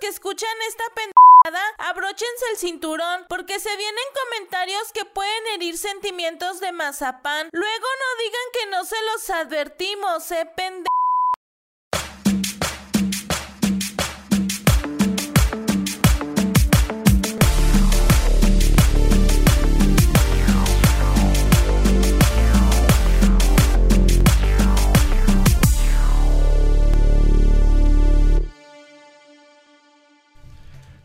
que escuchan esta pendeja abróchense el cinturón porque se vienen comentarios que pueden herir sentimientos de mazapán. Luego no digan que no se los advertimos, eh, pende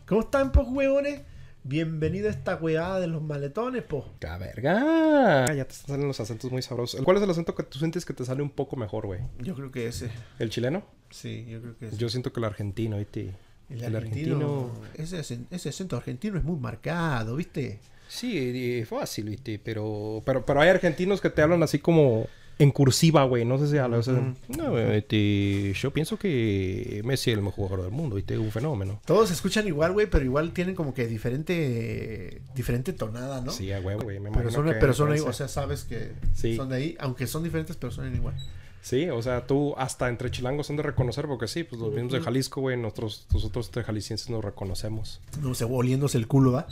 ¿Cómo están, pos huevones? Bienvenido a esta huevada de los maletones, po. ¡Ca verga! Ah, ya te están saliendo los acentos muy sabrosos. ¿Cuál es el acento que tú sientes que te sale un poco mejor, güey? Yo creo que ese. ¿El chileno? Sí, yo creo que ese. Yo siento que el argentino, ¿viste? el, argentino. Ese, acen- ese acento argentino es muy marcado, ¿viste? Sí, eh, fácil, ¿viste? Pero, pero, pero hay argentinos que te hablan así como en cursiva, güey. No sé si a veces... No, güey, este, yo pienso que Messi es el mejor jugador del mundo, ¿viste? Un fenómeno. Todos se escuchan igual, güey, pero igual tienen como que diferente diferente tonada, ¿no? Sí, a huevo, güey. Me Pero imagino son, que pero en son ahí, Francia- o sea, sabes que Sí. son de ahí, aunque son diferentes, pero son igual. Sí, o sea, tú hasta entre chilangos han de reconocer, porque sí, pues los mismos de Jalisco, güey, nosotros, nosotros de jaliscienses nos reconocemos. No sé, oliéndose el culo, ¿va?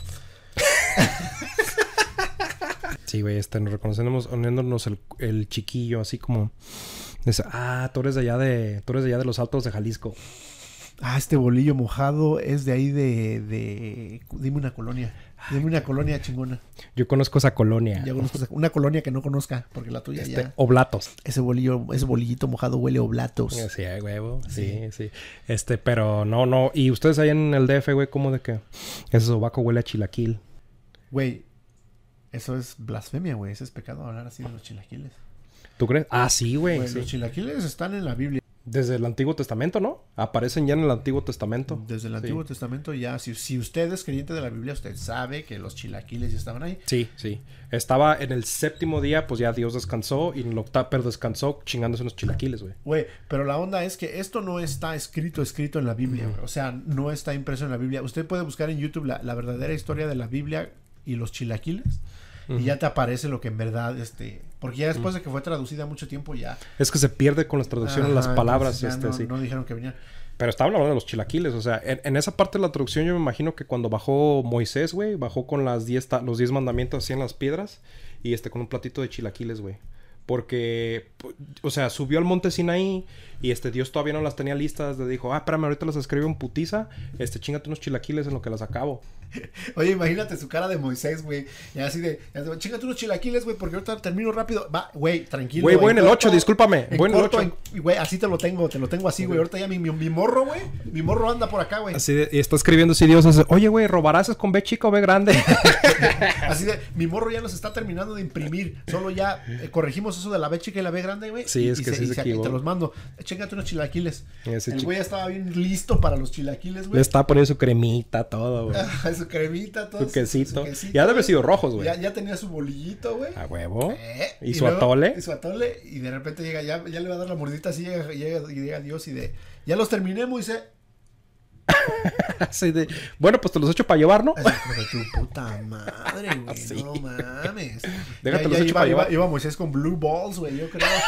Sí, güey, este, nos reconocemos uniéndonos el, el chiquillo, así como. dice, ah, tú eres de allá de. Tú eres de allá de los altos de Jalisco. Ah, este bolillo mojado es de ahí de, de... Dime una colonia. Dime una colonia chingona. Yo conozco esa colonia. Ya conozco esa- una colonia que no conozca, porque la tuya este, ya... Oblatos. Ese bolillo, ese bolillito mojado huele a oblatos. Sí, eh, huevo. Sí, sí. Este, pero no, no. Y ustedes ahí en el DF, güey, ¿cómo de que ese sobaco huele a chilaquil? Güey, eso es blasfemia, güey. Ese es pecado hablar así de los chilaquiles. ¿Tú crees? Ah, sí, güey. Güey, sí. Los chilaquiles están en la Biblia. Desde el Antiguo Testamento, ¿no? Aparecen ya en el Antiguo Testamento. Desde el Sí. Antiguo Testamento ya, si, si usted es creyente de la Biblia, usted sabe que los chilaquiles ya estaban ahí. Sí, sí. Estaba en el séptimo día, pues ya Dios descansó y en el octavo, pero descansó chingándose unos chilaquiles, güey. Güey, pero la onda es que esto no está escrito, escrito en la Biblia, güey. O sea, no está impreso en la Biblia. Usted puede buscar en YouTube la, la verdadera historia de la Biblia y los chilaquiles. Y ya te aparece lo que en verdad, este... Porque ya después de que fue traducida mucho tiempo, ya... Es que se pierde con las traducciones las Ajá, palabras, entonces ya este, sí. no, no dijeron que venían. Pero estaban hablando de los chilaquiles, o sea, en, en esa parte de la traducción yo me imagino que cuando bajó Moisés, güey, bajó con las diez ta- los diez mandamientos así en las piedras y este con un platito de chilaquiles, güey. Porque, pu- o sea, subió al monte Sinaí y este Dios todavía no las tenía listas. Le dijo, ah, espérame, ahorita las escribo en putiza. Este, chingate unos chilaquiles en lo que las acabo. Oye, imagínate su cara de Moisés, güey. Y así de, ya se va, chingate unos chilaquiles, güey, porque ahorita termino rápido. Va, güey, tranquilo. Güey, voy en el corto, ocho, discúlpame, en voy en el corto, ocho. en- Güey, así te lo tengo, te lo tengo así, güey. Ahorita ya mi, mi, mi morro, güey. Mi morro anda por acá, güey. Así. Así de- y está escribiendo así Dios, hace, oye, güey, robarás es con B chica o B grande. de, mi morro ya nos está terminando de imprimir. Solo ya eh, corregimos eso de la B chica y la B grande, güey. Sí, y- es y que sí y se y te equivocó. los mando. Chingate unos chilaquiles. Ese el chi- güey ya estaba bien listo para los chilaquiles, Le güey. Ah, está poniendo su cremita, todo, güey. su cremita, todo. Su quesito. quesito, Ya debe haber güey. sido rojos, güey. Ya, ya tenía su bolillito, güey. A huevo. ¿Eh? ¿Y, su luego- atole. Y su atole. Y de repente llega, ya, ya le va a dar la mordita así, llega, llega, y llega Dios y de, ya los terminé, Moisés. Así de, bueno, pues te los echo para llevar, ¿no? Así, hijo de tu puta madre, güey. Ah, Sí, no güey. mames. Déjate Ya- ya los echo iba, para iba, llevar. iba Moisés con blue balls, güey, yo creo.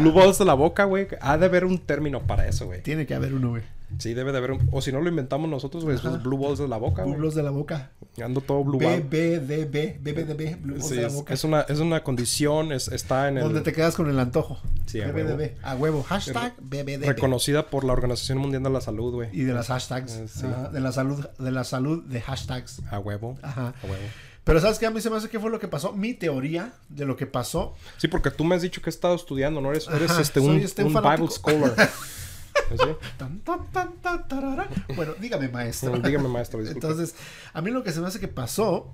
Blue balls de la boca, güey. Ha de haber un término para eso, güey. Tiene que haber uno, güey. Sí, debe de haber un... O si no lo inventamos nosotros, güey. esos blue balls de la boca, Blue güey. balls de la boca. Ando todo blue ball. BBDB, BBDB, blue balls Sí, de la es, boca. es una, es una condición, es- está en el... Donde te quedas con el antojo. Sí, a BBDB. A huevo. Hashtag BBDB. Reconocida por la Organización Mundial de la Salud, güey. Y de las hashtags. Ah, Sí. Ajá, de la salud, de la salud de hashtags. A huevo. Ajá. A huevo. Pero ¿sabes qué? A mí se me hace que fue lo que pasó. Mi teoría de lo que pasó. Sí, porque tú me has dicho que has estado estudiando, ¿no? Eres, eres Ajá, este, soy un, este, un un Bible fanático. scholar. ¿Sí? Tan, tan, tan, tan, tarara. Bueno, dígame, maestro. Dígame, maestro, disculpe. Entonces, a mí lo que se me hace que pasó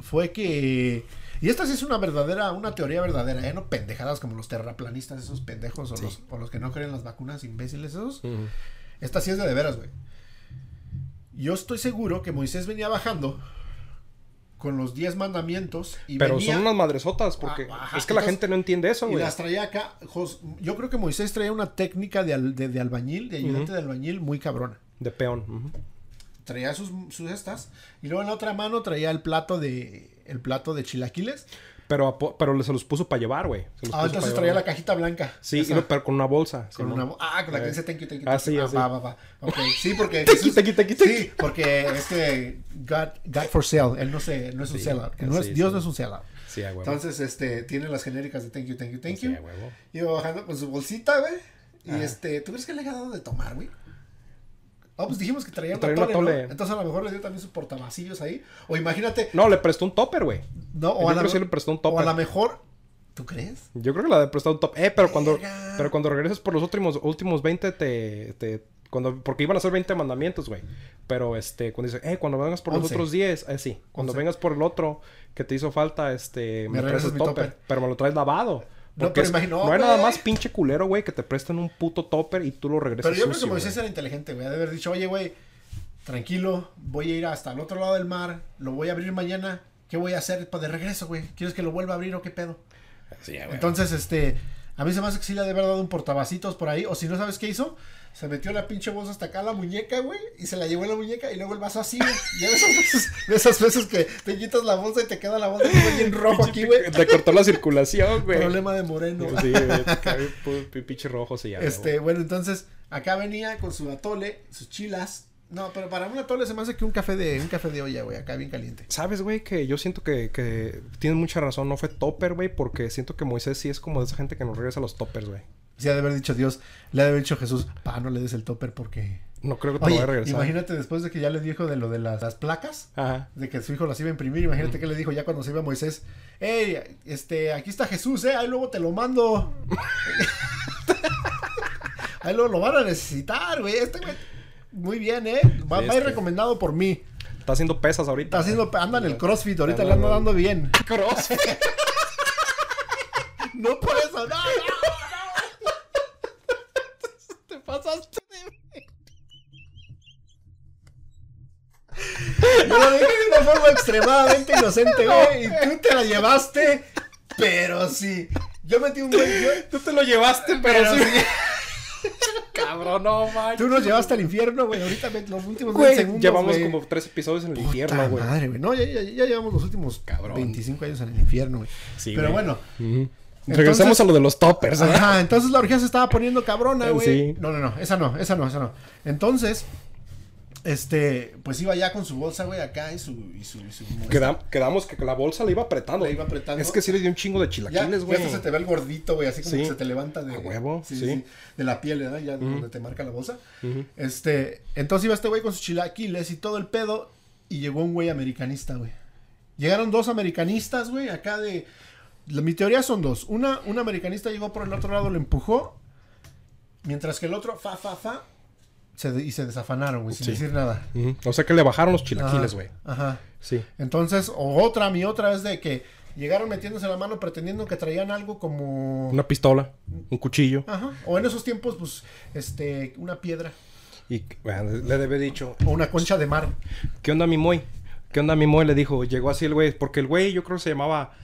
fue que... Y esta sí es una verdadera, una teoría verdadera, ¿eh? No pendejadas como los terraplanistas, esos pendejos, o, los, o los que no creen las vacunas, imbéciles esos. Ujú. Esta sí es de de veras, güey. Yo estoy seguro que Moisés venía bajando con los 10 mandamientos y Pero venía... son unas madresotas porque Ah, ajá, es que la entonces- gente no entiende eso, Y güey. las traía acá. Jos- yo creo que Moisés traía una técnica de, al- de- de albañil, de ayudante de albañil muy cabrona. De peón. ujú. Traía sus, sus estas. Y luego en la otra mano traía el plato de. el plato de chilaquiles. Pero, apo- pero se los puso para llevar, güey. Se los Ah, puso entonces pa' traía llevar. la cajita blanca. Sí, Esa, y lo- pero con una bolsa. con Simón. una bo- Ah, con la que dice thank you, thank you. thank Así, you". Ah, así. va, va, va. Ok, sí, porque. Thank you, Jesús- thank you, thank you, thank Sí, porque este. God, God for sale. Él no, se, no es un Sí, sellout. No es, sí, Dios sí. no es un sellout. Sí, a huevo. Entonces, este, tiene las genéricas de thank you, thank you, thank you. Sí, a huevo. Iba bajando con su bolsita, güey. Y este, ¿tú crees que le haya dado de tomar, güey? Ah, pues dijimos que traía un Traía atole, un atole. ¿no? Entonces a lo mejor le dio también su portavasillos ahí. O imagínate, No, le prestó un topper, güey. no, Yo o a, la, creo que sí le prestó un o a topper. la mejor, ¿tú crees? Yo creo que la de prestado un top. Eh, pero cuando, Verga. pero cuando regreses por los últimos, últimos 20, te, te- Cuando, porque iban a ser 20 mandamientos, güey. Pero este, cuando dice, eh, cuando vengas por los Once. otros 10, eh, sí. Cuando Once. vengas por el otro que te hizo falta, este, Me me, traes regresas el mi topper, topper. Pero me lo traes lavado. No, Porque pero es- imagino, no hay nada güey. más pinche culero, güey, que te prestan un puto topper y tú lo regresas Pero yo creo sucio, que Moisés güey. era inteligente, güey. Ha De haber dicho, oye, güey, tranquilo, voy a ir hasta el otro lado del mar, lo voy a abrir mañana. ¿Qué voy a hacer para de regreso, güey? ¿Quieres que lo vuelva a abrir o qué pedo? Sí, güey. Entonces, este, a mí se me hace que sí le ha de haber dado un portavacitos por ahí. O si no sabes qué hizo, se metió la pinche bolsa hasta acá la muñeca, güey. Y se la llevó en la muñeca y luego el vaso así, güey. Ya de esas veces, de esas veces que te quitas la bolsa y te queda la bolsa como bien rojo aquí, güey. Te cortó la circulación, güey. Problema de moreno. güey. Sí, güey, te cae un pu- pi- pinche rojo, sí, ya. güey. Este, bueno, entonces, acá venía con su atole, sus chilas. No, pero para un atole se me hace que un café de, un café de olla, güey, acá bien caliente. ¿Sabes, güey? Que yo siento que, que tienes mucha razón. No fue topper, güey, porque siento que Moisés sí es como de esa gente que nos regresa los toppers, güey. Sí, ha de haber dicho Dios, le ha de haber dicho Jesús, pa, no le des el topper porque. No creo que te lo Oye, voy a regresar. imagínate después de que ya le dijo de lo de las- las placas. Ajá. de que su hijo las iba a imprimir. Imagínate que le dijo ya cuando se iba Moisés: Hey, este, aquí está Jesús, eh, ahí luego te lo mando. ahí luego lo van a necesitar, güey. Este güey, muy bien, eh. Va, Sí, va a ir este. recomendado por mí. Está haciendo pesas ahorita. Está haciendo, anda en el crossfit, ahorita le Anda, anda anda. dando bien. cross. No por eso, no, no, no. Te pasaste de Yo lo dije de una forma extremadamente inocente, güey. Y tú te la llevaste, pero sí. Yo metí un buen. yo- Tú te lo llevaste, pero, pero sí. sí. Cabrón, no manches. Tú nos llevaste al infierno, güey. Ahorita ve los últimos 20 Güey, segundos. Llevamos güey. como tres episodios en el infierno, Puta güey. Madre, güey. No, ya, ya- ya llevamos los últimos Cabrón. 25 años en el infierno, güey. Sí, pero güey. bueno. Ujú. Entonces- Regresemos a lo de los toppers, ¿verdad? Ajá, entonces la orgía se estaba poniendo cabrona, Eh, güey. sí. No, no, no, esa no, esa no, esa no. Entonces, este, pues iba ya con su bolsa, güey, acá y su, y su, y su Queda- quedamos que la bolsa la iba apretando. La iba apretando. Es que sí le dio un chingo de ya, chilaquiles, ya güey. hasta se te ve el gordito, güey, así como Sí. que se te levanta de A huevo, sí. de la piel, ¿verdad? Ya donde te marca la bolsa. Este, entonces iba este güey con sus chilaquiles y todo el pedo y llegó un güey americanista, güey. Llegaron dos americanistas, güey, acá de la- mi teoría son dos. Una un americanista llegó por el otro lado, lo empujó, mientras que el otro fa fa fa se de- y se desafanaron, güey, sin Sí. decir nada. Ujú. O sea que le bajaron los Ajá, chilaquiles, güey. Ajá. Sí. Entonces, o otra, mi otra es de que llegaron metiéndose la mano pretendiendo que traían algo como... Una pistola, un cuchillo. Ajá. O en esos tiempos, pues, este, una piedra Y bueno, le debe dicho, o una concha de mar. ¿qué onda mi moy? ¿Qué onda mi moy? Le dijo, llegó así el güey, porque el güey yo creo que se llamaba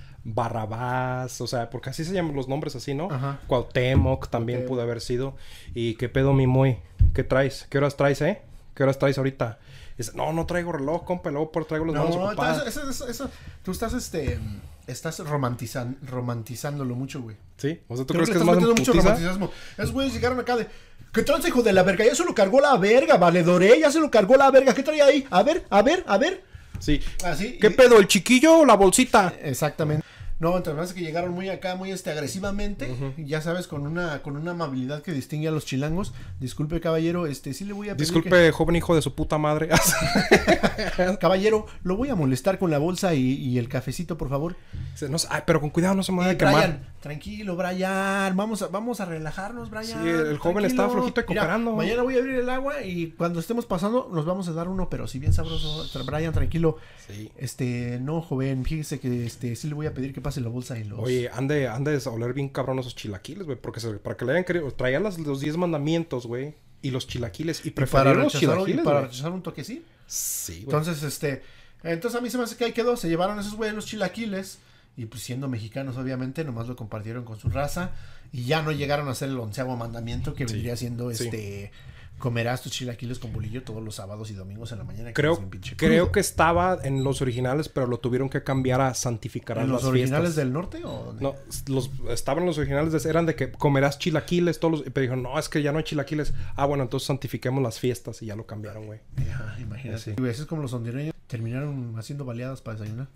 Barrabás, o sea, porque así se llaman los nombres así, ¿no? Ajá. Cuauhtémoc también Cuauhtémoc. pudo haber sido. ¿Y qué pedo mi moy? ¿Qué traes? ¿Qué horas traes, eh? ¿Qué horas traes ahorita? Dice, no, no traigo reloj, compa, luego por traigo las manos No, ocupadas. eso, eso- eso- eso- tú estás, este, estás romantizan, romantizándolo mucho, güey. Sí, o sea, ¿tú Creo que crees le que, estás es más metiendo en mucho putiza? romanticismo. Esos güeyes llegaron acá de, ¿qué trance, hijo de la verga? Ya se lo cargó la verga, valedoré, ya se lo cargó la verga. ¿Qué traía ahí? A ver, a ver, a ver. Sí. Así. ¿Qué Ah, y- Eh, pedo, el chiquillo o la bolsita? Exactamente. No, entre más que llegaron muy acá, muy este agresivamente, ya sabes, con una, con una amabilidad que distingue a los chilangos. Disculpe, caballero, este sí le voy a pedir que- Disculpe, joven hijo de su puta madre. Caballero, lo voy a molestar con la bolsa y, y el cafecito, por favor. Dice, no sé, ay, pero con cuidado no se me vaya a Eh, quemar. Brian, tranquilo, Brian. Vamos a, vamos a relajarnos, Brian. Sí, el joven está flojito y Mira, cooperando. mañana voy a abrir el agua y cuando estemos pasando nos vamos a dar uno, pero si bien sabroso. Tra- Brian, tranquilo. Sí. Este, no, joven, fíjese que este sí le voy a pedir que pase la bolsa y los... Oye, han de, han de oler bien cabrón esos chilaquiles, güey. Porque se- para que le hayan querido. Traían las- los 10 mandamientos, güey. Y los chilaquiles. Y para preferir los rechazar, un- chilaquiles, para güey. rechazar un toquecín. Sí, güey. Entonces, este, entonces a mí se me hace que ahí quedó. Se llevaron esos güeyes los chilaquiles. Y pues siendo mexicanos, obviamente, nomás lo compartieron con su raza. Y ya no llegaron a hacer el onceavo mandamiento que vendría siendo sí. este. comerás tus chilaquiles con bolillo todos los sábados y domingos en la mañana. que es Creo, un pinche creo crudo. que estaba en los originales, pero lo tuvieron que cambiar a santificar ¿En las los originales fiestas. del norte o dónde? No, los, estaban los originales, de- eran de que comerás chilaquiles, todos los... Pero dijeron, no, es que ya no hay chilaquiles. Ah, bueno, entonces santifiquemos las fiestas y ya lo cambiaron, güey. Ajá, imagínate. Sí. Y veces como los hondureños terminaron haciendo baleadas para desayunar.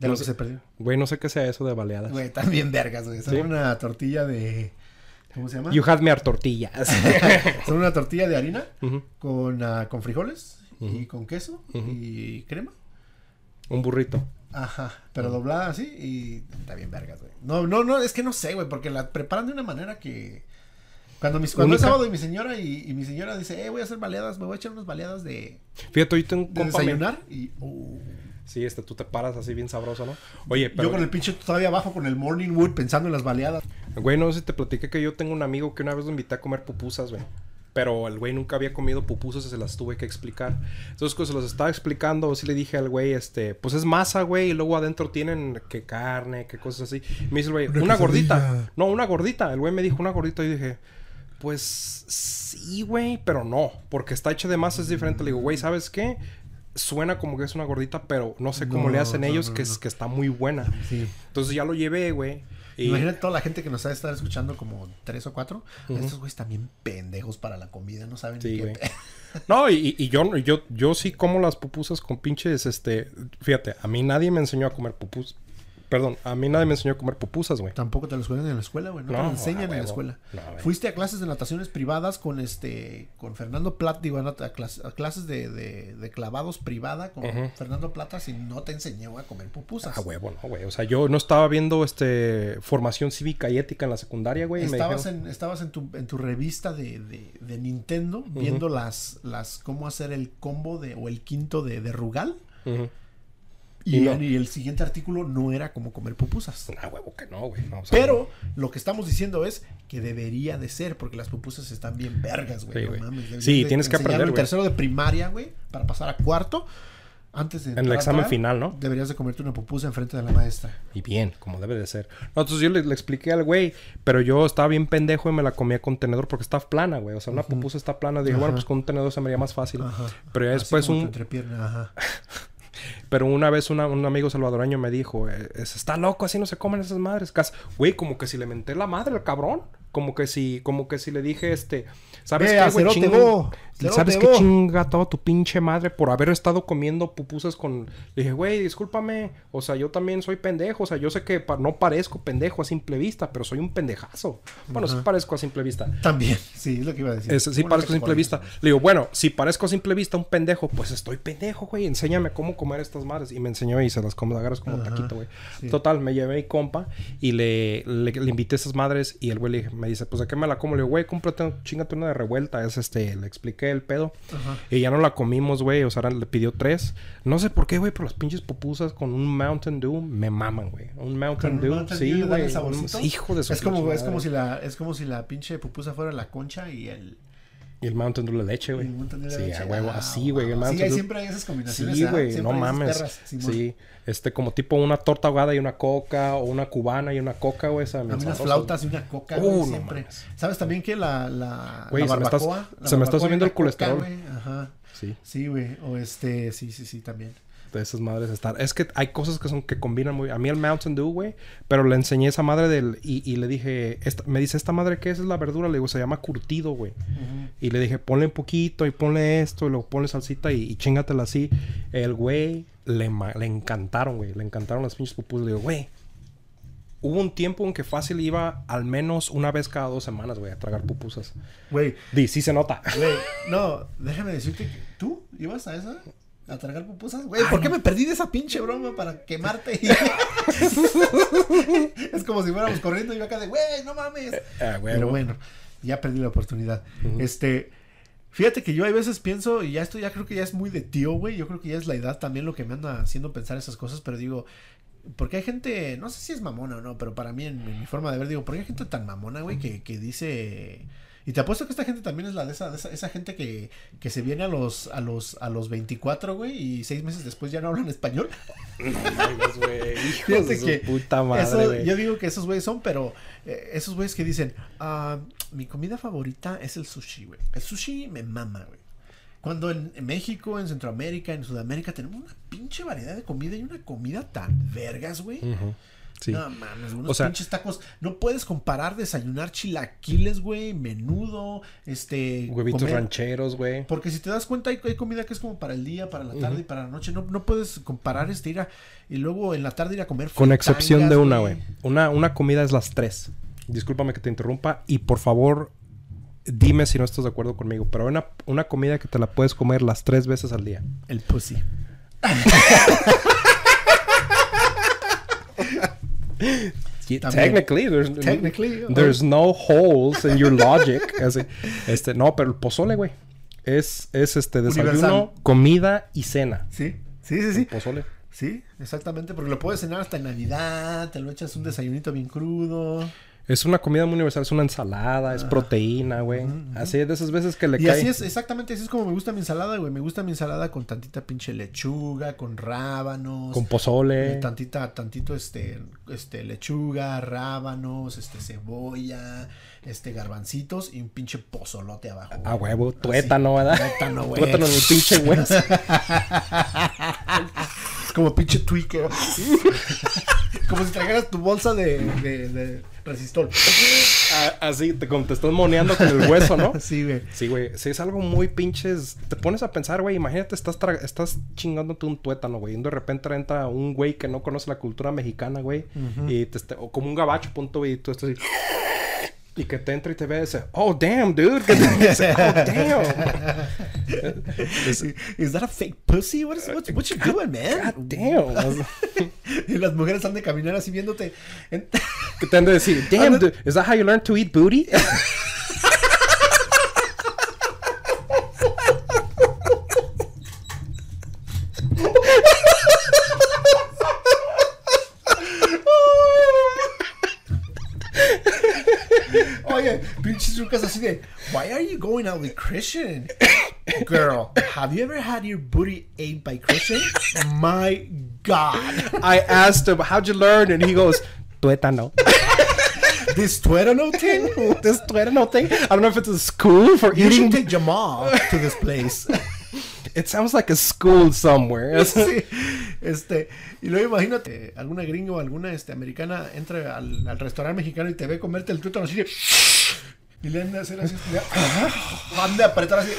De lo No que sé. se perdió. Güey, no sé qué sea eso de baleadas. Güey, también vergas, güey. Son una tortilla de. ¿Cómo se llama? You had me at tortillas. Son una tortilla de harina Ujú. con, ah, con frijoles y con queso y crema. Un burrito. Ajá, pero doblada así y está bien vergas, güey. No, no, no, es que no sé, güey, porque la preparan de una manera que... Cuando, mis, cuando es Única. sábado y mi señora y, y mi señora dice, eh, voy a hacer baleadas, me voy a echar unas baleadas de, Fíjate, yo tengo un de compa... me- desayunar y... uh, Sí, este, tú te paras así bien sabroso, ¿no? Oye, pero... yo con el pinche todavía abajo con el morning wood pensando en las baleadas. Güey, no sé si te platiqué que yo tengo un amigo que una vez lo invité a comer pupusas, güey. Pero el güey nunca había comido pupusas y se las tuve que explicar. Entonces, cuando se los estaba explicando, sí le dije al güey, este, pues es masa, güey, y luego adentro tienen que carne, que cosas así. Y me dice el güey, Una una quesadilla". gordita. No, una gordita. El güey me dijo una gordita y dije, pues sí, güey, pero no, porque está hecha de masa, es diferente. Le digo, güey, ¿sabes qué? Suena como que es una gordita, pero no sé cómo No, le hacen no, ellos, no, que, no. Es, que está muy buena. Sí. Entonces ya lo llevé, güey. y- Imagínate toda la gente que nos ha de estar escuchando como tres o cuatro. Estos güeyes también pendejos para la comida, no saben ni Sí, qué güey. pe- No, y, y yo, yo, yo sí como las pupusas con pinches, este... Fíjate, a mí nadie me enseñó a comer pupusas. Perdón, a mí nadie me enseñó a comer pupusas, güey. Tampoco te los juegan en la escuela, güey. No, te No, lo enseñan a en la huevo. escuela. No, güey. Fuiste a clases de nataciones privadas con este, con Fernando Plata, digo, a, a clas- a clases de, de- de clavados privada con Fernando Plata y no te enseñó a comer pupusas. A huevo, no, güey. O sea, yo no estaba viendo, este... Formación cívica y ética en la secundaria, güey. y me Estabas, dijeron- en, estabas en, tu, en tu revista de, de- de Nintendo viendo las, las cómo hacer el combo de, o el quinto de, de Rugal. Ujú. Y, Y no. y el siguiente artículo no era como comer pupusas. Ah, huevo que no, güey. no, o sea, Pero lo que estamos diciendo es que debería de ser, porque las pupusas están bien vergas, güey. Sí, no güey. mames, deberían Sí, de tienes que enseñarlo aprender, en güey. tercero de primaria, güey, para pasar a cuarto. Antes de En el entrar a examen entrar, final, ¿no? Deberías de comerte una pupusa enfrente de la maestra. Y bien, como debe de ser. No, entonces yo le, le expliqué al güey, pero yo estaba bien pendejo y me la comía con tenedor porque está plana, güey. O sea, una pupusa está plana. Dije, bueno, Ajá. pues con un tenedor se me haría más fácil. Ajá. Pero ya Así después como tu un, entrepierna, ajá. Pero una vez una- un amigo salvadoreño me dijo, "Eh, es- está loco, así no se comen esas madres. Cas- Güey, como que si le menté la madre al cabrón. Como que si, como que si le dije, este, ¿sabes Vea, qué, güey? cerote, Chinga- bo. ¿Sabes Cerote, qué bo. chinga toda tu pinche madre por haber estado comiendo pupusas con... Le dije, güey, discúlpame. O sea, yo también soy pendejo. O sea, yo sé que pa- no parezco pendejo a simple vista, pero soy un pendejazo. Bueno, sí parezco a simple vista. También, sí, es lo que iba a decir. Es- sí, Una parezco a categoría. simple vista. Le digo, bueno, si parezco a simple vista un pendejo, pues estoy pendejo, güey. Enséñame cómo comer estas madres. Y me enseñó y se las como, las agarras como taquito, güey. sí. Total, me llevé a mi compa y le, le, le invité esas madres. Y el güey le dije- me dice, pues ¿a qué me la como? Le digo, güey, cómprate, chingate una de revuelta. Es este, le expliqué el pedo. Y ya no la comimos, güey. O sea, ahora le pidió tres. No sé por qué, güey, pero las pinches pupusas con un Mountain Dew me maman, güey. Un Con Mountain un Dew. Mountain Dew sí, le dan el güey. un- saborcito. Hijo de su Es como, pinche es como madre. si la, es como si la pinche pupusa fuera la concha y el, Y el Mountain Dew la leche, güey. y el montón de Sí, leche. a huevo. Ah, Así, güey. el wow. Mountain Sí, ahí Dew- siempre hay esas combinaciones. Sí, ¿verdad? güey, Siempre no hay esas mames. perras, Simón. sí, este, como tipo una torta ahogada y una coca, o una cubana y una coca, güey. esa A mí bien unas sabrosa, flautas y una coca, Uh, güey, no siempre. mames. ¿Sabes también que la, la, Güey, la se me está- barbacoa? la se me está barbacoa subiendo y el la colesterol. coca, güey, Ajá. Sí, Sí, güey. O este, sí, sí, sí, también. de esas madres estar. Es que hay cosas que son que combinan muy. A mí el Mountain Dew, güey, pero le enseñé esa madre del. Y, y le dije, esta- me dice, ¿esta madre qué es? Es la verdura. Le digo, se llama curtido, güey. Y le dije, ponle un poquito y ponle esto y luego ponle salsita y, y chingatela así. El güey le, ma- le encantaron, güey. Le encantaron las pinches pupusas. Le digo, güey, hubo un tiempo en que fácil iba al menos una vez cada dos semanas, güey, a tragar pupusas. Güey, Di, sí se nota. güey, no, déjame decirte que tú ibas a esa a tragar pupusas, güey. ¿Por qué me perdí de esa pinche broma para quemarte? es como si fuéramos corriendo y yo acá de, güey, no mames. Ah, güey, Pero güey. bueno, ya perdí la oportunidad. Este, fíjate que yo hay veces pienso, y ya esto ya creo que ya es muy de tío, güey. Yo creo que ya es la edad también lo que me anda haciendo pensar esas cosas, pero digo, porque hay gente, no sé si es mamona o no, pero para mí, en, en mi forma de ver, digo, ¿por qué hay gente tan mamona, güey, que, que dice. Y te apuesto que esta gente también es la de esa, de esa, esa gente que, que se viene a los, a los, a los 24, güey, y seis meses después ya no hablan español. Dios, güey. Hijos Fíjate de su que puta madre, eso- güey. yo digo que esos güeyes son, pero eh, esos güeyes que dicen, "Ah, mi comida favorita es el sushi, güey. El sushi me mama, güey. Cuando en, en México, en Centroamérica, en Sudamérica tenemos una pinche variedad de comida y una comida tan vergas, güey. Ujú. Mm, Sí. No mames, unos O sea- pinches tacos. No puedes comparar desayunar chilaquiles, güey, menudo, este. Huevitos comer- rancheros, güey. Porque si te das cuenta, hay, hay comida que es como para el día, para la tarde y para la noche. No, no puedes comparar este ir a. Y luego en la tarde ir a comer. Con excepción de fritangas, una, güey. Una, una comida es las tres. Discúlpame que te interrumpa y por favor dime si no estás de acuerdo conmigo. Pero una, una comida que te la puedes comer las tres veces al día. El pussy. También. Technically, there's, Technically, oh. there's no holes in your logic. Así. Este, no, pero el pozole, güey. Es, es este desayuno, Universal. comida y cena. Sí, sí, sí, El sí. pozole. Sí, exactamente. Porque lo puedes cenar hasta en Navidad, te lo echas un desayunito bien crudo. Es una comida muy universal, es una ensalada, es proteína, güey. Así es de esas veces que Ah. le Mm, Y cae. así es, exactamente, así es como me gusta mi ensalada, güey. Me gusta mi ensalada con tantita pinche lechuga, con rábanos. Con pozole. eh, tantita, tantito este, este, lechuga, rábanos, este, cebolla, este, garbancitos y un pinche pozolote abajo. A güey. huevo, Así. tuétano, ¿verdad? Tuétano, güey. Tuétano en el pinche güey. Como pinche tweaker. como si trajeras tu bolsa de, de, de resistor. A- Así, te, como te estás moneando con el hueso, ¿no? Así, güey. Sí, güey. Sí, es algo muy pinches. Te pones a pensar, güey. Imagínate, estás, tra- estás chingándote un tuétano, güey. Y de repente entra un güey que no conoce la cultura mexicana, güey. Y te está- o como un gabacho, punto, güey. Y tú estás así. Y que te entra y te ve y dice, oh, damn, dude. Que te dice, oh, damn. Is, is that a fake pussy? What, is, what, what you doing, man? God damn. Y las mujeres han de caminar así viéndote. En- Que te han de decir, damn, dude, is that how you learn to eat booty? Oye, pinches rucas así de, why are you going out with Christian? Girl, have you ever had your booty ate by Christian? My God. I asked him, how'd you learn? And he goes, tuétano. This Twitter thing? this tuétano thing. I don't know if it's a school for You should eating. take Jamal to this place. It sounds like a school somewhere. Sí. Este, y luego imagínate, alguna gringo o alguna este, americana entra al, al restaurante mexicano y te ve comerte el tuétano así de- Y le han de hacer así, le han de apretar así.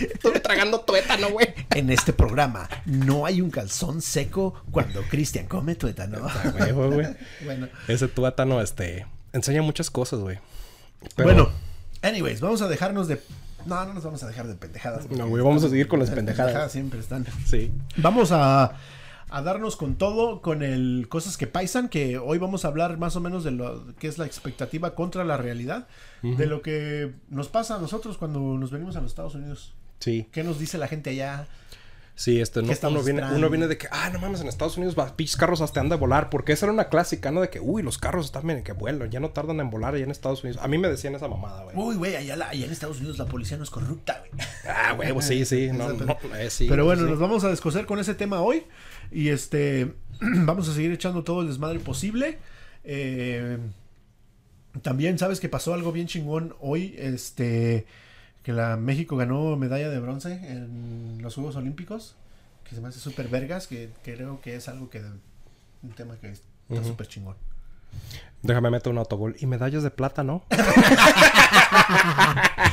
Estuve tragando tuétano, güey. En este programa no hay un calzón seco cuando Cristian come tuétano. Bueno. Ese tuétano, este, enseña muchas cosas, güey. Pero- Bueno, anyways, vamos a dejarnos de. No, no nos vamos a dejar de pendejadas. No, güey, vamos a seguir con las Las pendejadas. siempre están. Sí. Vamos a, a darnos con todo con el cosas que paisan, que hoy vamos a hablar más o menos de lo que es la expectativa contra la realidad, de lo que nos pasa a nosotros cuando nos venimos a los Estados Unidos. Sí, ¿Qué nos dice la gente allá? sí, este, no, ¿Qué estamos uno, viene, esperando? uno viene de que, ah, no mames, en Estados Unidos va- pinches carros hasta han de volar, porque esa era una clásica, ¿no? De que, uy, los carros están bien, que vuelan, ya no tardan en volar allá en Estados Unidos. A mí me decían esa mamada, güey. Uy, güey, allá, la- allá en Estados Unidos la policía no es corrupta, güey. Ah, güey, pues sí, sí, no, no, eh, sí. Pero bueno, sí. nos vamos a descoser con ese tema hoy. Y este. Vamos a seguir echando todo el desmadre posible. Eh, también sabes que pasó algo bien chingón hoy. Este. Que la México ganó medalla de bronce en los Juegos Olímpicos. Que se me hace súper vergas. Que creo que es algo que. Un tema que está súper chingón. Déjame meter un autogol. Y medallas de plata, ¿no?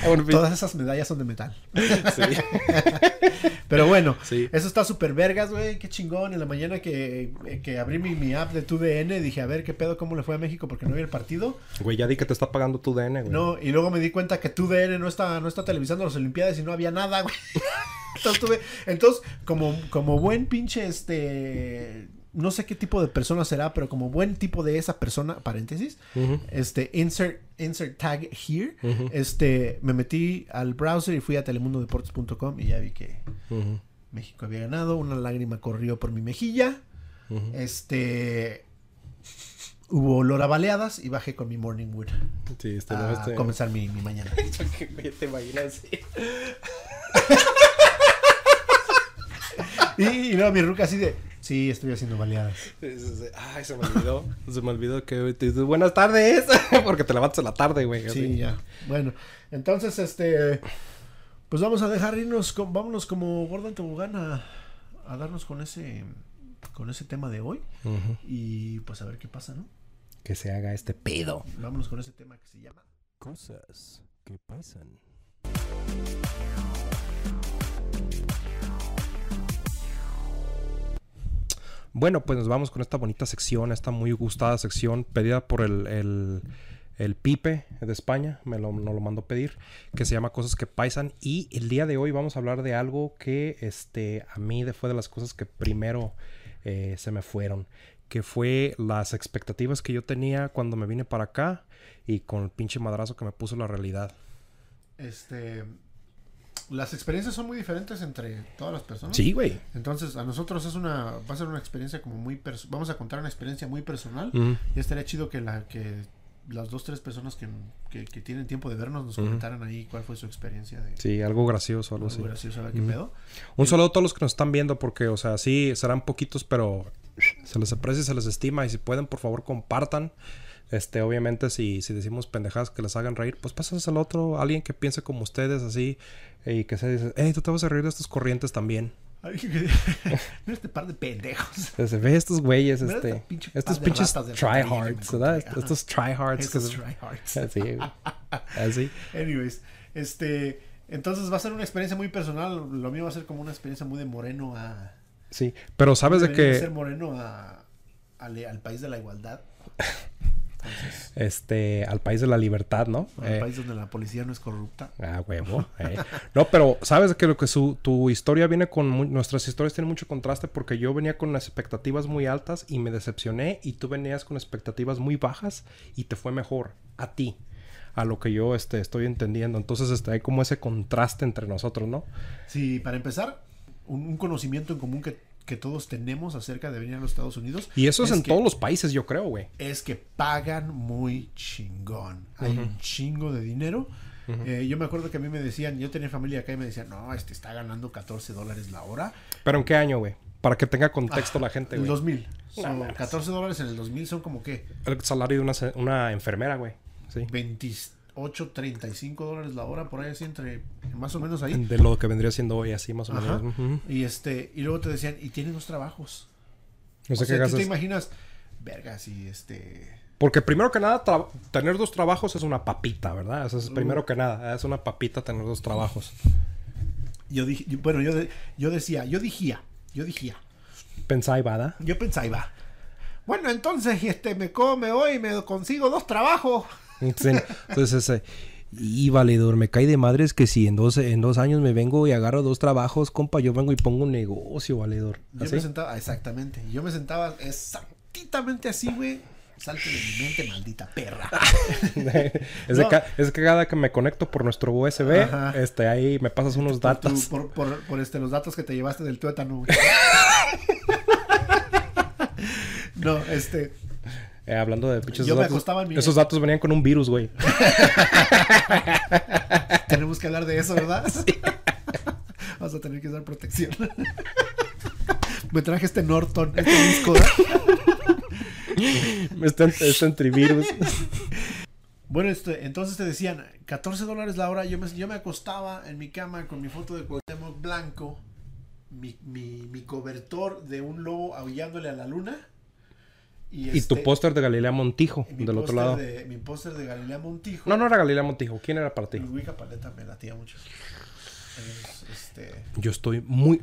Bueno, Todas esas medallas son de metal. sí. Pero bueno, Sí. eso está súper vergas, güey. Qué chingón. En la mañana que, que abrí mi, mi app de TUDN, dije, a ver qué pedo, cómo le fue a México porque no vi el partido. Güey, ya di que te está pagando tu DN, güey. No, y luego me di cuenta que TUDN no está, no está televisando las Olimpiadas y no había nada, güey. Entonces, tuve- entonces, como, como buen pinche, este. No sé qué tipo de persona será, pero como buen tipo de esa persona, paréntesis, Ujú. este, insert, insert tag here, este, me metí al browser y fui a telemundodeportes.com y ya vi que, Ujú. México había ganado, una lágrima corrió por mi mejilla. Este. Hubo olor a baleadas y bajé con mi morning wood Sí, este, no, a este- comenzar mi, mi mañana. Güey, ¿Te imaginas? Y, y luego mi ruca así de, sí, estoy haciendo baleadas. Ay, se me olvidó. Se me olvidó que te dices buenas tardes. Porque te levantas a la tarde, güey. Sí, así. ya. Bueno, entonces, este, pues vamos a dejar irnos, con- vámonos como Gordon Tobogán a, a darnos con ese, con ese tema de hoy. Ujú. Y pues a ver qué pasa, ¿no? Que se haga este pedo. Vámonos con ese tema que se llama. Cosas que pasan. Bueno, pues nos vamos con esta bonita sección, esta muy gustada sección pedida por el, el- el Pipe de España, me lo, nos lo mandó pedir, que se llama Cosas que Paisan. Y el día de hoy vamos a hablar de algo que este, a mí de- fue de las cosas que primero eh, se me fueron, que fue las expectativas que yo tenía cuando me vine para acá y con el pinche madrazo que me puso la realidad. Este, las experiencias son muy diferentes entre todas las personas. Sí, güey. Entonces, a nosotros es una, va a ser una experiencia como muy, perso- vamos a contar una experiencia muy personal. Y estaría chido que la que las dos, tres personas que, que, que tienen tiempo de vernos nos comentaran ahí cuál fue su experiencia de... Sí, algo gracioso, algo así. Algo gracioso, a ver qué pedo. Un saludo a todos los que nos están viendo, porque, o sea, sí, serán poquitos, pero se les aprecia y se les estima. Y si pueden, por favor, compartan. Este, obviamente, si, si decimos pendejadas que les hagan reír, pues pásense al otro, alguien que piense como ustedes, así, y que se dice, hey, tú te vas a reír de estas corrientes también. Mira este par de pendejos. Entonces, ve estos güeyes, Mira este, esta pinche estos par de pinches ratas del contenido que tryhards, me ¿verdad? encontré. Ajá. Estos tryhards. que Esos se- tryhards. Así, güey. Así. Anyways, este... Entonces va a ser una experiencia muy personal. Lo mío va a ser como una experiencia muy de moreno a... Sí, pero sabes de debería que... ser moreno a, al, al país de la igualdad. este, al país de la libertad, ¿no? Al Eh, país donde la policía no es corrupta. Ah, huevo. eh. No, pero sabes que lo que su, tu historia viene con mu- nuestras historias tienen mucho contraste porque yo venía con las expectativas muy altas y me decepcioné y tú venías con expectativas muy bajas y te fue mejor a ti a lo que yo este, estoy entendiendo. Entonces este, hay como ese contraste entre nosotros, ¿no? Sí, para empezar, un, un conocimiento en común que, que todos tenemos acerca de venir a los Estados Unidos. Y eso es, en que, todos los países, yo creo, güey. Es que pagan muy chingón. Hay un chingo de dinero. Eh, yo me acuerdo que a mí me decían, yo tenía familia acá y me decían, no, este está ganando 14 dólares la hora. Pero ¿en qué año, güey? Para que tenga contexto la gente, El güey. 2000. No So, mames. 14 dólares en el 2000 son como que El salario de una, se- una enfermera, güey. Sí. 28, 35 dólares la hora, por ahí así entre, más o menos ahí. De lo que vendría siendo hoy, así más o menos. Ajá. Ujú. Y este, y luego te decían, y tiene dos trabajos. No sé o sea, qué tú te gastas. imaginas, verga, si este Porque primero que nada, tra- tener dos trabajos es una papita, ¿verdad? Eso es Mm. primero que nada, ¿eh? es una papita tener dos trabajos. Yo dije, yo- bueno, yo, de- yo decía, yo dijía, yo dijía, Pensá y ¿verdad? yo pensaba, iba. Bueno, entonces, y este, me come hoy, me consigo dos trabajos. ¿Ah, Entonces, entonces, ese, y valedor, me cae de madres que si en dos, en dos años me vengo y agarro dos trabajos, compa, yo vengo y pongo un negocio, valedor. Yo ¿Así? me sentaba, exactamente, yo me sentaba exactamente así, güey. Salte de mi mente, maldita perra. es, de No. ca- es que cada que me conecto por nuestro USB, Ajá. este, ahí me pasas Por unos tu- datos. por, por- por, este, los datos que te llevaste del tuétano, güey. No, este, Eh, hablando de pinches Yo me datos. acostaba en mi- Esos datos venían con un virus, güey. tenemos que hablar de eso, ¿verdad? Vas a tener que usar protección. Me traje este Norton, este disco. ¿verdad? este, este antivirus. Bueno, este, entonces te decían 14 dólares la hora. Yo me, yo me acostaba en mi cama con mi foto de Cuauhtémoc blanco, mi, mi, mi cobertor de un lobo aullándole a la luna. y este, tu póster de Galilea Montijo, mi del otro póster lado. de- mi póster de Galilea Montijo. No, no era Galilea Montijo. ¿Quién era para ti? Luis Paleta me latía mucho. Es- este, Yo estoy muy,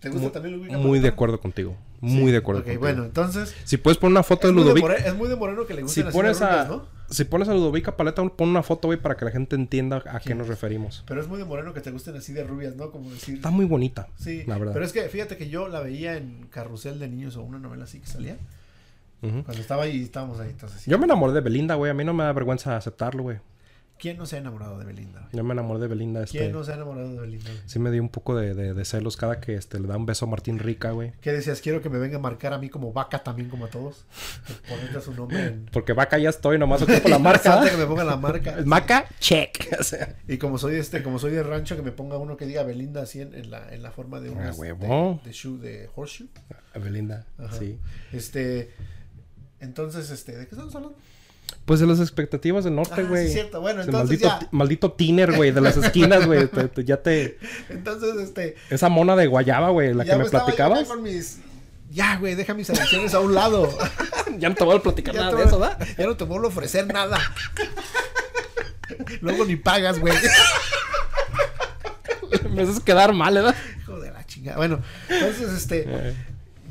¿Te gusta muy, también Luis muy de acuerdo contigo. Muy de acuerdo contigo. bueno, entonces. Si puedes poner una foto Es de muy, de Ludovic. more- es muy de moreno que le Si gustan así las pones a. rubias, ¿no? Si pones a Ludovica Paleta, pon una foto, güey, para que la gente entienda a qué nos referimos. Pero es muy de moreno que te gusten así de rubias, ¿no? Como decir. Está muy bonita. Sí, La verdad. pero es que fíjate que yo la veía en Carrusel de Niños o una novela así que salía. Ujú. Cuando estaba ahí, estábamos ahí, entonces. sí. Yo me enamoré de Belinda, güey. A mí no me da vergüenza aceptarlo, güey. ¿Quién no se ha enamorado de Belinda? güey? Yo me enamoré de Belinda. Este, ¿Quién no se ha enamorado de Belinda? güey? Sí me dio un poco de, de- de celos cada que este, le da un beso a Martín Rica, güey. ¿Qué decías? Quiero que me venga a marcar a mí como vaca también como a todos. Ponerte su nombre en... Porque vaca ya estoy, nomás ocupo la marca. Falta que me ponga la marca. Maca, check. O sea, Y como soy este, como soy de rancho, que me ponga uno que diga Belinda así en, en la, en la forma de un Ah, este, huevo. de shoe, de horseshoe. a Belinda, Ajá. sí. Este, entonces, este, ¿de qué estamos hablando? Pues de las expectativas del Ah, norte, sí, güey. cierto. Bueno, Ese entonces maldito, ya. ti- maldito tiner, güey, de las esquinas, güey. Te- te- ya te... Entonces, este, Esa mona de guayaba, güey, la ya que me estaba yo acá platicabas. con mis- Ya, güey, deja mis adicciones a un lado. Ya no te voy a platicar ya, nada te de voy- eso, ¿da? ya no te vuelvo a ofrecer nada. Luego ni pagas, güey. Me haces quedar mal, ¿verdad? Hijo de la chingada. Bueno, entonces, este, Eh,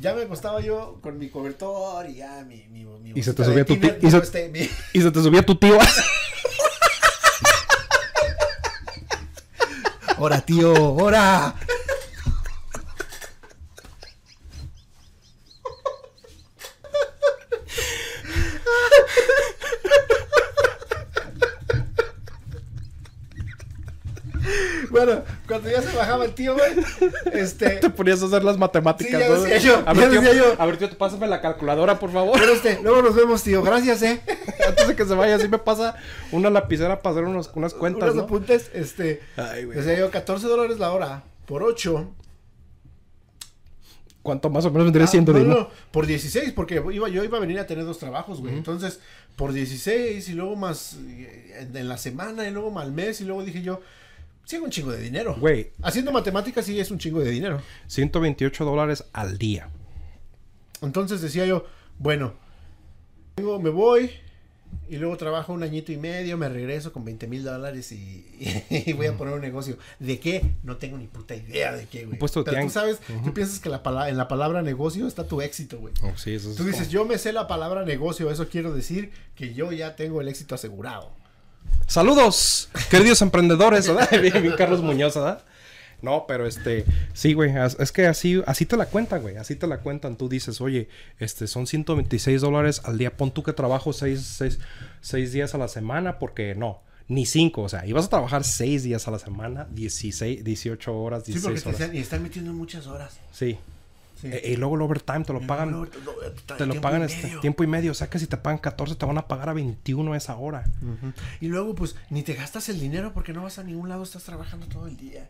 ya me acostaba yo con mi cobertor y ya mi. mi, mi Y se bolsita te de subía tu Kinder, pi- y digo, se- este, mi- Y se te subía tu tío. Ora, tío, ora. Bueno, cuando ya se bajaba el tío, güey, este, Te ponías a hacer las matemáticas, Sí, ya ¿no? decía yo, A ver, ya tío, decía yo. a ver, tío, tú pásame la calculadora, por favor. pero este, luego nos vemos, tío, gracias, eh. Antes de que se vaya, así me pasa una lapicera para hacer unos, unas cuentas, Unos ¿no? apuntes, este, Ay, güey. decía yo, 14 dólares la hora, por 8, ¿Cuánto más o menos vendría Ah, siendo no, dinero? no, por 16, porque iba, yo iba a venir a tener dos trabajos, güey. Entonces, por 16 y luego más eh, en, en la semana y luego más al mes y luego dije yo, sí es un chingo de dinero. Güey. Haciendo matemáticas sí es un chingo de dinero. 128 dólares al día. Entonces decía yo, bueno, luego me voy y luego trabajo un añito y medio, me regreso con 20 mil dólares y, y voy a poner un negocio. ¿De qué? No tengo ni puta idea de qué, güey. Un puesto de Pero tú tianguis. sabes, tú piensas que la pala- en la palabra negocio está tu éxito, güey. Oh, sí, eso es Tú dices, como- yo me sé la palabra negocio, eso quiero decir que yo ya tengo el éxito asegurado. Saludos, queridos emprendedores, ¿verdad? Bien, bien Carlos Muñoz, ¿verdad? No, pero este, sí, güey, as- es que así, así te la cuentan, güey, así te la cuentan. Tú dices, oye, este, son 126 dólares al día, pon tú que trabajo 6 seis, seis días a la semana, porque no, ni 5, o sea, ibas a trabajar 6 días a la semana, 16, 18 horas, Sí, porque 16 te horas. están, y están metiendo muchas horas. Sí. Sí. E- y luego el overtime te lo pagan, No, no, no, te lo tiempo pagan y este, medio. tiempo y medio, o sea que si te pagan 14 te van a pagar a 21 esa hora. Ujú. Y luego, pues, ni te gastas el dinero porque no vas a ningún lado, estás trabajando todo el día.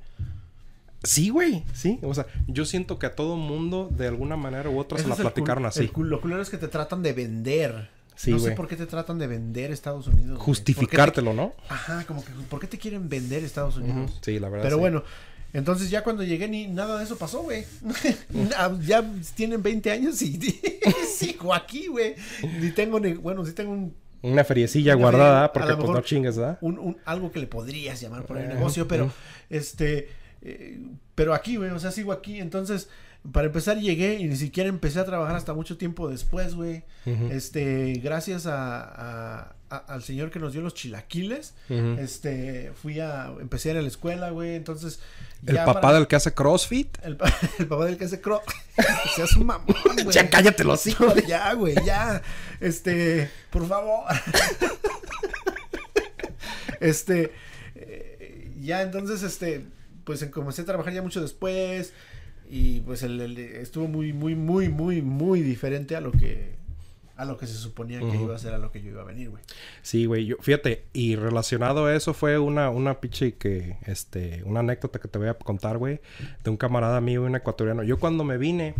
Sí, güey, sí. O sea, yo siento que a todo mundo, de alguna manera u otra, Ese se la es el platicaron cul- así. el cul- lo culero es que te tratan de vender. Sí, no sé güey. por qué te tratan de vender Estados Unidos. güey. ¿Por qué Justificártelo, ¿no? te- ajá, como que, ¿por qué te quieren vender Estados Unidos? Ujú, Sí, la verdad. Pero sí. bueno, entonces ya cuando llegué ni nada de eso pasó, güey. Na- ya tienen 20 años y sigo aquí, güey. Ni tengo, ni, bueno, sí tengo un, Una feriecilla Una feria, guardada, a ¿ah? porque lo pues mejor- no chingues, ¿verdad? un- un- algo que le podrías llamar por el Ajá, negocio, pero ajá. este, eh, pero aquí, güey, o sea, sigo aquí. Entonces, para empezar llegué y ni siquiera empecé a trabajar hasta mucho tiempo después, güey. Ujú. Este, gracias a- a- a- al señor que nos dio los chilaquiles, Ujú. este, fui a, empecé a ir a la escuela, güey, entonces. El ya papá para- del que hace CrossFit. El, pa- el papá del que hace cro. Seas un mamón, güey. Ya cállate los hijos. Ya, güey, ya. Este, por favor. Este, eh, ya entonces, este, pues em- comencé a trabajar ya mucho después. Y pues el, el- estuvo muy, muy, muy, muy, muy diferente a lo que, a lo que se suponía que Ujú. iba a ser, a lo que yo iba a venir, güey. Sí, güey. Yo, fíjate, y relacionado a eso fue una, una pinche que, este, una anécdota que te voy a contar, güey, de un camarada mío, un ecuatoriano. Yo cuando me vine,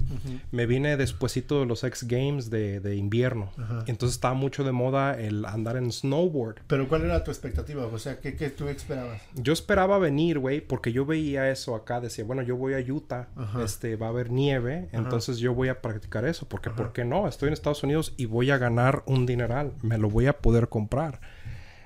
me vine despuesito de los X Games de, de invierno. Ajá. Entonces estaba mucho de moda el andar en snowboard. Pero ¿cuál era tu expectativa? O sea, ¿qué, qué tú esperabas? Yo esperaba venir, güey, porque yo veía eso acá. Decía, bueno, yo voy a Utah, Ajá. este, va a haber nieve, Ajá. entonces yo voy a practicar eso, porque ¿por qué no? Estoy en Estados Unidos y voy a ganar un dineral, me lo voy a poder comprar.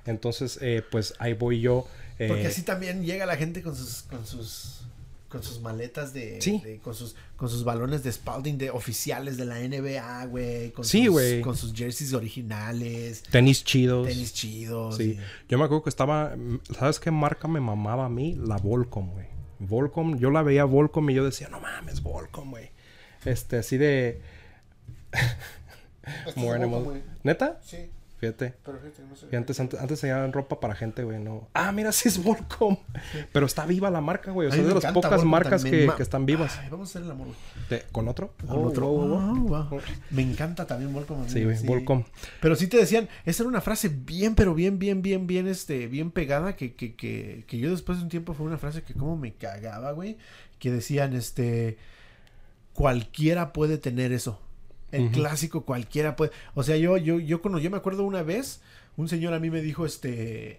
Entonces, eh, pues ahí voy yo. eh, Porque así también llega la gente con sus, con sus, con sus maletas de, Sí. de- con sus, con sus balones de Spalding de oficiales de la NBA, güey, con Sí, sus, güey. con sus jerseys originales, tenis chidos. tenis chidos, Sí. y- Yo me acuerdo que estaba. mm, ¿Sabes qué marca me mamaba a mí? La Volcom, güey. Volcom, yo la veía Volcom y yo decía, no mames, Volcom, güey. Este, así de. More Volcom, animal. güey. ¿Neta? sí. Fíjate. Pero fíjate, no sé. Y antes, antes, antes sellaban ropa para gente, güey, no. Ah, mira, sí es Volcom. Pero está viva la marca, güey. O A sea, mí es me de las encanta, pocas Volcom marcas también, que, ma- que están vivas. Ay, vamos a hacer el amor. güey. Te- ¿Con otro? Al Oh, otro. wow, wow, wow. Ah, wow. Me encanta también Volcom. a mí, Sí, güey, Volcom. Pero sí te decían, esa era una frase bien, pero bien, bien, bien, bien, este, bien pegada que, que, que, que yo después de un tiempo fue una frase que como me cagaba, güey. Que decían, este, cualquiera puede tener eso. El clásico cualquiera puede. O sea, yo, yo, yo, cono- yo me acuerdo una vez, un señor a mí me dijo, este,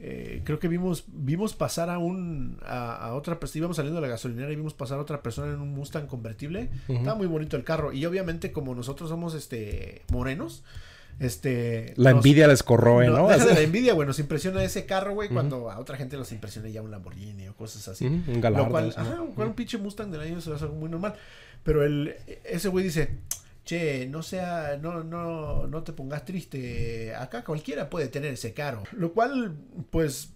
eh, creo que vimos, vimos pasar a un, a, a otra persona, íbamos saliendo de la gasolinera y vimos pasar a otra persona en un Mustang convertible. Estaba muy bonito el carro. Y obviamente, como nosotros somos, este, morenos, este... La nos- envidia les corroe, ¿no? deja de la envidia, güey. Nos impresiona ese carro, güey, cuando a otra gente los impresiona ya un Lamborghini o cosas así. Ujú, un Galardo, Lo cual, eso, ajá, cual un pinche Mustang del año eso es algo muy normal. Pero el, ese güey dice, che, no sea, no, no, no te pongas triste. Acá cualquiera puede tener ese carro. Lo cual, pues,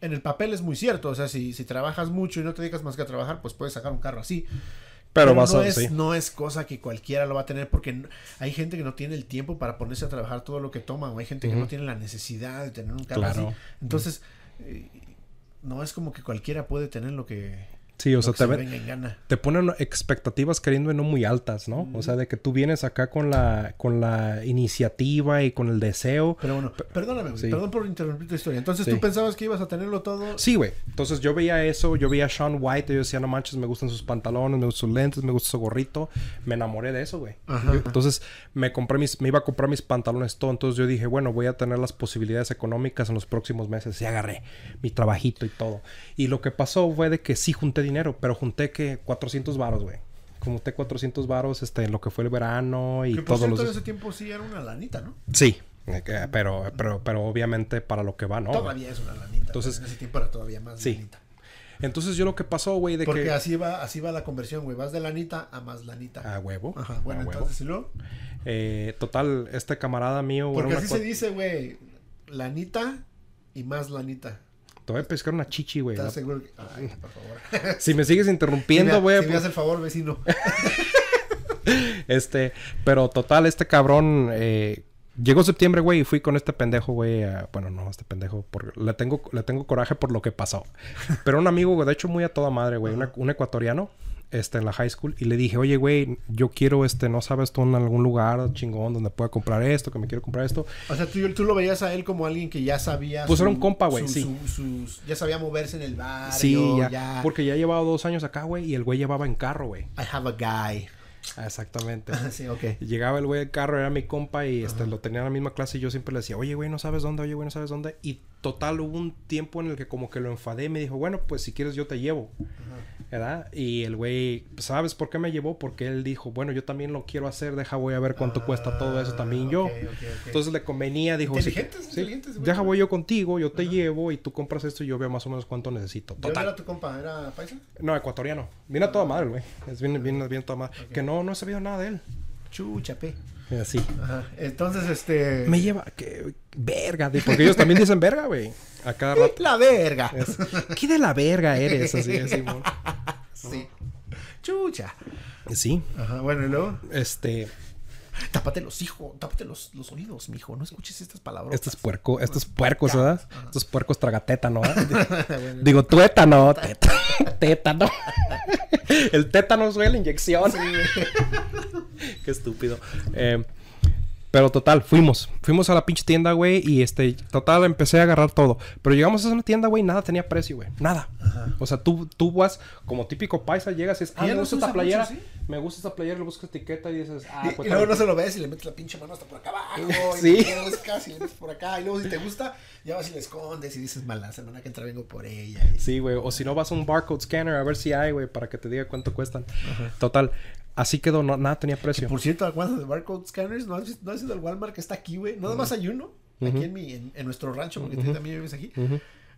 en el papel es muy cierto. O sea, si, si trabajas mucho y no te dedicas más que a trabajar, pues puedes sacar un carro así. Pero, vas no a... es, sí. no es cosa que cualquiera lo va a tener porque n- hay gente que no tiene el tiempo para ponerse a trabajar todo lo que toma o hay gente que no tiene la necesidad de tener un carro Claro. así. Entonces, eh, no es como que cualquiera puede tener lo que, Sí, o lo sea, que te, se ven- venga en gana. te ponen expectativas creyendo en no muy altas, ¿no? O Mm. sea, de que tú vienes acá con la, con la iniciativa y con el deseo. Pero bueno, perdóname, güey, sí. perdón por interrumpir tu historia. Entonces, Sí. ¿tú pensabas que ibas a tenerlo todo? Sí, güey. Entonces yo veía eso, yo veía a Sean White, y yo decía, no manches, me gustan sus pantalones, me gustan sus lentes, me gusta su gorrito. Me enamoré de eso, güey. Yo- Entonces me compré mis, me iba a comprar mis pantalones todo. Entonces yo dije, bueno, voy a tener las posibilidades económicas en los próximos meses. Y agarré mi trabajito y todo. Y lo que pasó fue de que sí junté dinero, pero junté que 400 varos, güey. Junté 400 varos, este, en lo que fue el verano y que por todos cierto, en los... ese tiempo sí era una lanita, ¿no? Sí, eh, que- pero, pero, pero obviamente para lo que va, ¿no? güey? todavía es una lanita. Entonces- Entonces, en ese tiempo era todavía más Sí. lanita. Entonces yo lo que pasó, güey, de Porque que... así va, así va la conversión, güey. Vas de lanita a más lanita. A huevo. Ajá, bueno, a huevo. entonces, ¿y luego? Eh, total, este camarada mío. era Porque una así cua- se dice, güey. Lanita y más lanita. Te voy a pescar una chichi, güey. ¿Estás La- seguro? que- Ay, por favor. Si me sigues interrumpiendo, Si me- güey. Si me pues, hace el favor, vecino. Este, pero total, este cabrón. eh, llegó septiembre, güey, y fui con este pendejo, güey. a- bueno, no, este pendejo. Porque le, tengo, le tengo coraje por lo que pasó. Pero un amigo, güey, de hecho, muy a toda madre, güey. una- un ecuatoriano. Este, en la high school y le dije, oye, güey, yo quiero, este, no sabes tú en algún lugar chingón donde pueda comprar esto, que me quiero comprar esto. O sea, tú, tú lo veías a él como alguien que ya sabía. Pues su- era un compa, güey, su- sí. su- sus- ya sabía moverse en el barrio. Sí, ya, ya. Porque ya llevaba dos años acá, güey, y el güey llevaba en carro, güey. I have a guy. Ah, Exactamente. sí, ok. Llegaba el güey del carro, era mi compa y este, lo tenía en la misma clase y yo siempre le decía, oye, güey, no sabes dónde, oye, güey, no sabes dónde. Y total hubo un tiempo en el que como que lo enfadé y me dijo, bueno, pues si quieres yo te llevo. ¿Verdad? Y el güey, "Pues, ¿sabes por qué me llevó? Porque él dijo, bueno, yo también lo quiero hacer, deja voy a ver cuánto cuesta todo eso también yo. Ah, ok, ok, ok. Entonces le convenía, dijo, sí, Inteligentes, sí, inteligentes, güey. deja voy yo contigo, yo te llevo y tú compras esto y yo veo más o menos cuánto necesito. ¿De dónde Total. era tu compa? ¿Era paisa? No, ecuatoriano. Viene a toda madre, güey. Es bien, bien, bien toda madre. Que no, no he sabido nada de él. Chuchape. Y Así. Ajá. Entonces, este. Me lleva. Que, verga, de- porque ellos también dicen verga, güey. A cada rato. La verga. Es, ¿Qué de la verga eres? Así, así, mon. Sí. Chucha. Sí. Ajá, bueno, y luego. Este. Tápate los hijos, tápate los, los oídos, mijo. No escuches estas palabras. Estos puercos, estos puercos, ¿verdad? Estos puercos tragatétano, ¿verdad? Bueno. Digo, tuétano, teta- tétano. El tétano es güey, la inyección. Qué estúpido. Eh, pero total, fuimos. Fuimos a la pinche tienda, güey. Y este, total, empecé a agarrar todo. Pero llegamos a una tienda, güey, nada tenía precio, güey. Nada. O sea, tú, tú vas como típico paisa, llegas y dices, ah, Y ya me no gusta se esta usa playera. mucho, ¿sí? Me gusta esta playera, le buscas etiqueta y dices, ah, Y- pues y luego no se lo ves y le metes la pinche mano hasta por acá abajo. Sí. Y luego le buscas y le metes por acá. Y luego si te gusta, ya vas y le escondes y dices, mala semana que entra vengo por ella. Y- Sí, güey. O si no vas a un barcode scanner a ver si hay, güey, para que te diga cuánto cuestan. Total. Así quedó, no, nada tenía precio. Por cierto, acuérdate de barcode scanners. ¿No has, vis- ¿No has ido al Walmart que está aquí, güey? Nada más hay uno. Aquí en, mi, en, en nuestro rancho, porque tú también vives aquí.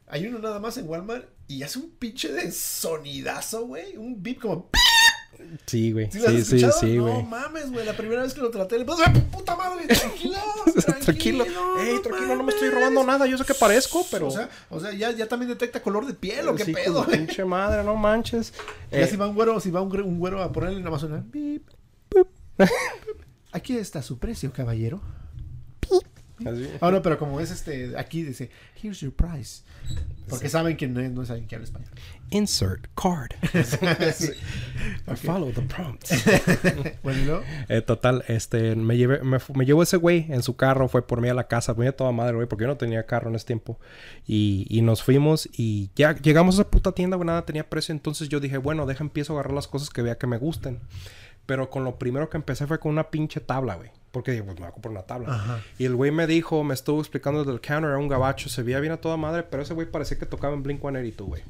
Hay uno nada más en Walmart y hace un pinche de sonidazo, güey. Un beep como... Sí, güey. ¿Sí, lo has Sí, sí, escuchado? sí, No güey. mames, güey. La primera vez que lo traté, le puse, ¡Ah, puta madre, tranquilo. tranquilo. Ey, tranquilo, no me estoy robando mames". nada. Yo sé que parezco, pero. O sea, o sea ya, ya también detecta color de piel o qué Sí, pedo, con güey. Pinche madre, no manches. Eh, Ya si va un güero, si va un, gre- un güero a ponerle en ¿eh? Amazon, Aquí está su precio, caballero. Así. Ahora, pero como es este, aquí dice, here's your prize. Porque saben que no es, no es alguien que habla español. Insert card. Sí. Ok. Follow the prompt. Bueno, y luego, Eh, total, este, me, llevé, me, fu- me llevó ese güey en su carro, fue por mí a la casa, me toda madre, güey, porque yo no tenía carro en ese tiempo. Y, y nos fuimos y ya llegamos a esa puta tienda, güey, nada tenía precio. Entonces yo dije, bueno, deja, empiezo a agarrar las cosas que vea que me gusten. Pero con lo primero que empecé fue con una pinche tabla, güey. Porque dije, pues me voy a comprar una tabla. Y el güey me dijo, me estuvo explicando desde el counter, era un gabacho, se veía bien a toda madre, pero ese güey parecía que tocaba en Blink 182, güey.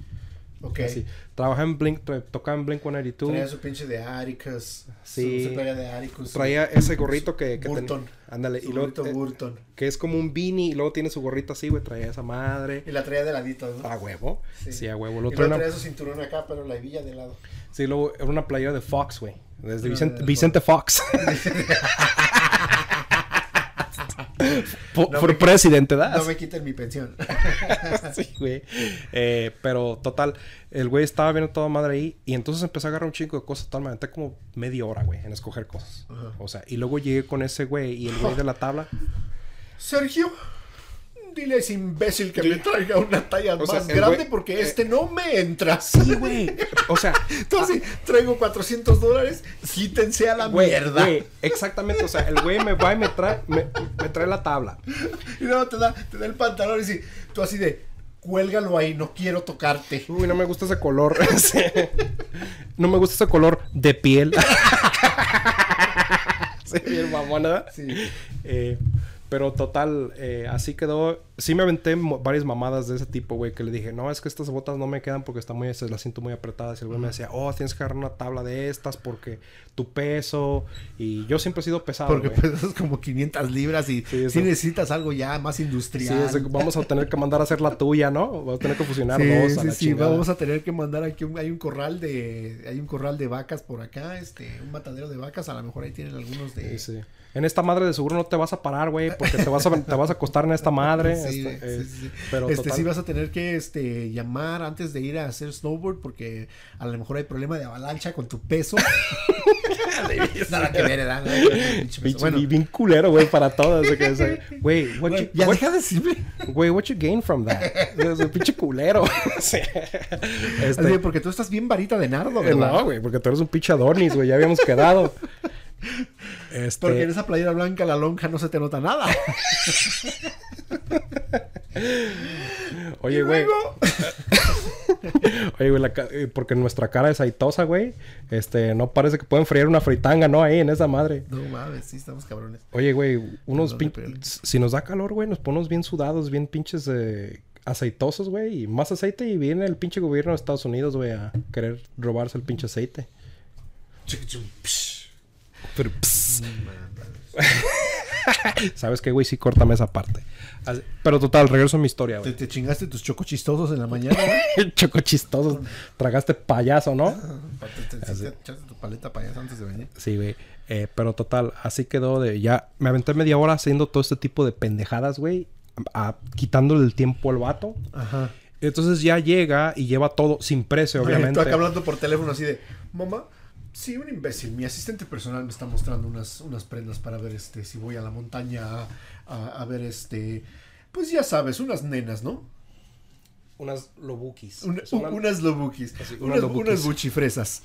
ok. Así, trabajaba en Blink, tra- tocaba en Blink 182. Traía su pinche de Aricus. Sí. Su, su playera de Aricus. Traía ese gorrito que, que Burton. ten- Ándale, su y luego gorrito te- Burton. que es como un beanie y luego tiene su gorrito así, güey, traía esa madre. Y la traía de ladito, ¿no? A huevo. Sí, a huevo. Lo y luego traía traía una- su cinturón acá, pero la hebilla de lado. Sí, luego era una playera de Fox, güey. Desde Ah, Vicente, de Vicente Fox. Por No me- por presidente, ¿das? No me quiten mi pensión. Sí, güey. Eh, pero total, el güey estaba viendo toda madre ahí y entonces empecé a agarrar un chingo de cosas. Tal, me aventé como media hora, güey, en escoger cosas. O sea, y luego llegué con ese güey y el güey de la tabla. Sergio, dile a ese imbécil que me traiga una talla O más sea, el grande güey- porque eh, este no me entra. Sí, güey. O sea, Entonces, traigo 400 dólares, quítense a la Güey, mierda. güey, exactamente, o sea, el güey me va y me trae, me, me trae la tabla. Y luego te da, te da el pantalón y si tú así de, cuélgalo ahí, no quiero tocarte. Uy, no me gusta ese color. Sí. No me gusta ese color de piel. Sí, bien mamona. Sí. Eh, pero total, eh, así quedó. Sí me aventé mo- varias mamadas de ese tipo, güey, que le dije, no, es que estas botas no me quedan porque están muy, se las siento muy apretadas. Y el güey me decía, oh, tienes que agarrar una tabla de estas porque tu peso. Y yo siempre he sido pesado. Porque Ah, güey. pesas como 500 libras y Sí, si eso. necesitas algo ya más Sí, industrial. es de- vamos a tener que mandar a hacer la tuya, ¿no? Vamos a tener que fusionar Sí, dos. A sí, la sí, chingada. vamos a tener que mandar aquí un, hay un corral de hay un corral de vacas por acá, este, un matadero de vacas, a lo mejor ahí tienen algunos de Sí, sí. En esta madre de seguro no te vas a parar, güey, porque te vas a, te vas a acostar en esta madre. Sí, este, sí, eh, sí, sí. Pero este total, sí vas a tener que este llamar antes de ir a hacer snowboard porque a lo mejor hay problema de avalancha con tu peso. Nada que ver, ¿eh? Nada que ver, pinche peso. pinche- Bueno, bien culero, güey, para todas. de que ese- Güey, what, bueno, you- ya what- deja de decirme. güey, what you gain from that? Es un pinche culero. Sí. Este, Así, porque tú estás bien varita de nardo, eh, ¿verdad? no, güey, porque tú eres un pinche Adonis, güey, ya habíamos quedado. Este, Porque en esa playera blanca la lonja no se te nota nada. Oye, güey. Oye, güey, la ca- eh, porque nuestra cara es aitosa, güey. Este, no parece que pueden freír una fritanga, ¿no? Ahí en esa madre. No mames, sí, estamos cabrones. Oye, güey, unos No, no, pin- pero- Si nos da calor, güey, nos ponemos bien sudados, bien pinches eh, aceitosos, güey. Y más aceite y viene el pinche gobierno de Estados Unidos, güey, a querer robarse el pinche aceite. Pero, pss. ¿Sabes qué, güey? Sí, córtame esa parte. Así- Pero total, regreso a mi historia, ¿Te, güey. te chingaste tus chocos chistosos en la mañana? Choco chistoso. Tragaste payaso, ¿no? Pa- te- te- te- te echaste tu paleta para allá antes de venir. Sí, güey. Eh, pero total, así quedó de ya. Me aventé media hora haciendo todo este tipo de pendejadas, güey. a- a- quitándole el tiempo al vato. Ajá. Entonces ya llega y lleva todo sin precio, Tú obviamente. acá hablando por teléfono así de, mamá, sí, un imbécil. Mi asistente personal me está mostrando unas, unas prendas para ver este, si voy a la montaña a, a- a ver este, pues ya sabes, unas nenas, ¿no? Unas lobukis. Un- u- unas lobukis, Así, unas unas, lobukis. unas buchifresas.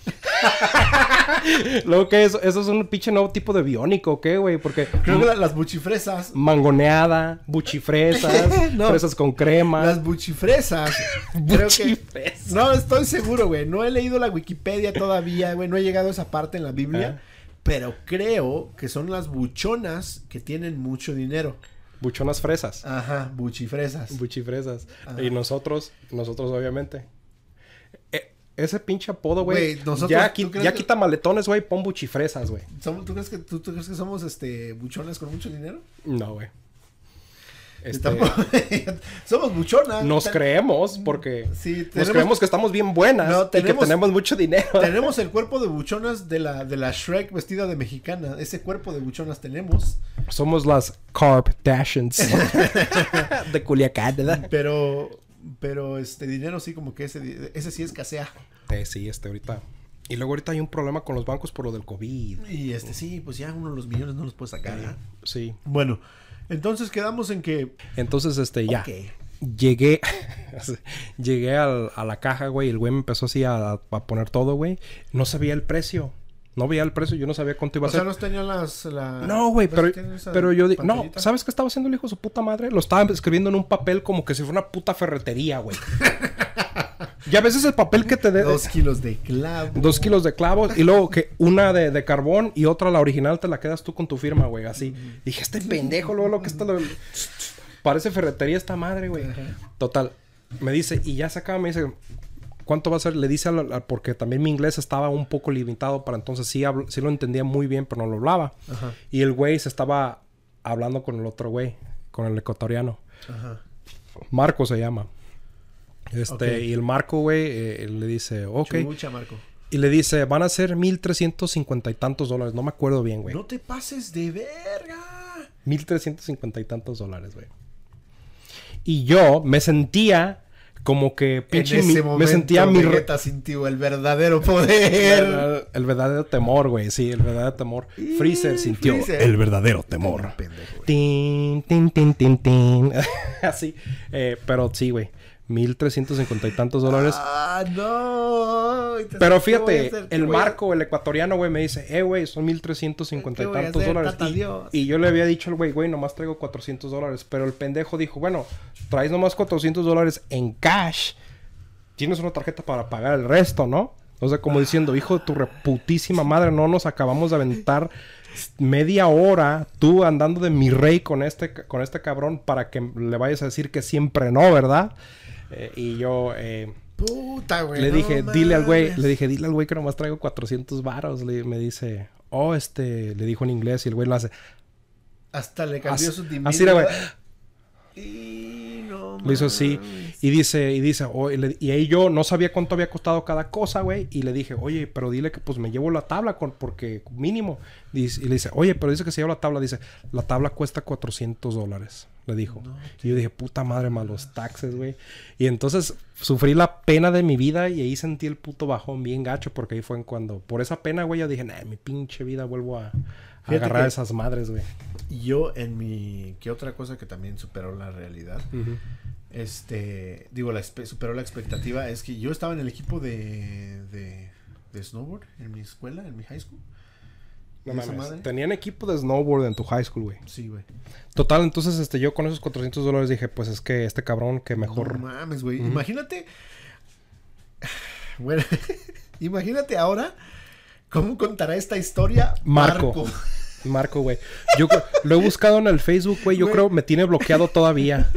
Luego que eso, eso es un pinche nuevo tipo de biónico, ¿qué, güey? Porque Creo que la- las buchifresas, mangoneada, buchifresas, No. fresas con crema. las buchifresas, creo que... Buchifresas. No, estoy seguro, güey. No he leído la Wikipedia todavía, güey. No he llegado a esa parte en la Biblia. Ah. Pero creo que son las buchonas que tienen mucho dinero. Buchonas fresas. Ajá, buchifresas. Buchifresas. Ajá. Y nosotros, nosotros obviamente. E- ese pinche apodo, Güey, güey. nosotros- Ya, ¿tú qui- crees ya que- quita maletones, güey, pon buchifresas, güey. ¿Somos- ¿Tú, crees que, tú, tú crees que somos este buchonas con mucho dinero? No, güey. Este, Tampoco- somos buchonas. nos Ten- creemos porque Sí, nos tenemos- creemos que estamos bien buenas No, y que tenemos- tenemos mucho dinero. Tenemos el cuerpo de buchonas de la, de la Shrek vestida de mexicana. Ese cuerpo de buchonas tenemos. Somos las Kardashians de Culiacán, ¿verdad? Pero, pero este dinero sí como que ese, di- ese sí escasea. Eh, sí, este ahorita. Y luego ahorita hay un problema con los bancos por lo del COVID. Y este sí, pues ya uno de los millones no los puede sacar. ¿ah? Sí. Bueno, Entonces quedamos en que. Entonces, este, ya. Ok. Llegué, llegué al- a la caja, güey. y El güey me empezó así a, a poner todo, güey. No sabía el precio. No veía el precio. Yo no sabía cuánto iba O a sea, ser. no tenía las. la- No, güey, ¿ves pero, que tiene esa pero yo di- No, pantallita? ¿sabes qué estaba haciendo el hijo de su puta madre? Lo estaba escribiendo en un papel como que si fuera una puta ferretería, güey. y a veces el papel que te dé. Dos kilos de clavo. Dos kilos de clavos y luego que una de, de carbón y otra la original te la quedas tú con tu firma, güey. Así. Dije, este pendejo, luego lo que está... Parece ferretería esta madre, güey. Total. Me dice, y ya se acaba, me dice, ¿cuánto va a ser? Le dice, al- al- porque también mi inglés estaba un poco limitado para entonces sí, hablo- sí lo entendía muy bien, pero no lo hablaba. Y el güey se estaba hablando con el otro güey, con el ecuatoriano. Ajá. Marco se llama. Este, Ok. y el Marco, güey, eh, le dice, ok. Chucha, Marco. Y le dice, van a ser 1350 y tantos dólares. No me acuerdo bien, güey. No te pases de verga. 1350 y tantos dólares, güey. Y yo me sentía como que pinche en mi- ese momento me sentía mi re- Vegeta sintió el verdadero poder. el, el verdadero temor, güey. Sí, el verdadero temor. Freezer sintió Freezer. el verdadero temor. Pendejo, güey. Tin, tin, tin, tin, tin. Así. Eh, pero sí, güey. 1350 y tantos dólares. Ah, no. Entonces, Pero ¿qué voy a fíjate, hacer? ¿Qué el voy a- marco, el ecuatoriano, güey, me dice, eh, güey, son 1350 ¿Qué y voy a tantos hacer, dólares. tata Y- Dios? Y, yo le había dicho al güey, güey, nomás traigo 400 dólares. Pero el pendejo dijo, bueno, traes nomás 400 dólares en cash. Tienes una tarjeta para pagar el resto, ¿no? O sea, como diciendo, hijo de tu reputísima madre, no nos acabamos de aventar media hora tú andando de mi rey con este, ca- con este cabrón para que le vayas a decir que siempre no, ¿verdad? Eh, y yo... eh, Puta, güey. le no dije, dile al güey, mames. le dije, dile al güey que nomás traigo 400 varos. Le, me dice, oh, este, le dijo en inglés y el güey lo hace. Hasta le cambió Así, su timbre. así era, güey. Y no Lo hizo así. mames. Y dice, y dice, oh, y, le- y ahí yo no sabía cuánto había costado cada cosa, güey. Y le dije, oye, pero dile que pues me llevo la tabla con, porque mínimo. Dice- y le dice, oye, pero dice que se lleva la tabla. Dice, la tabla cuesta 400 dólares. Le dijo. y yo dije, puta madre, más los taxes, güey. Y entonces sufrí la pena de mi vida y ahí sentí el puto bajón bien gacho porque ahí fue en cuando, por esa pena, güey, yo dije, nah, mi pinche vida vuelvo a, a Fíjate agarrar que- esas madres, güey. Yo en mi... ¿Qué otra cosa que también superó la realidad? Este... Digo, la espe- superó la expectativa. Es que yo estaba en el equipo de... De, de snowboard. En mi escuela, en mi high school. No ¿Y esa mames. madre? Tenían equipo de snowboard en tu high school, güey. Sí, güey. Total, entonces este, yo con esos 400 dólares dije, pues es que este cabrón que mejor... No mames, güey. Imagínate. Bueno, imagínate ahora cómo contará esta historia Marco. Marco, güey. Yo creo- lo he buscado en el Facebook, güey. Yo Güey. creo me tiene bloqueado todavía.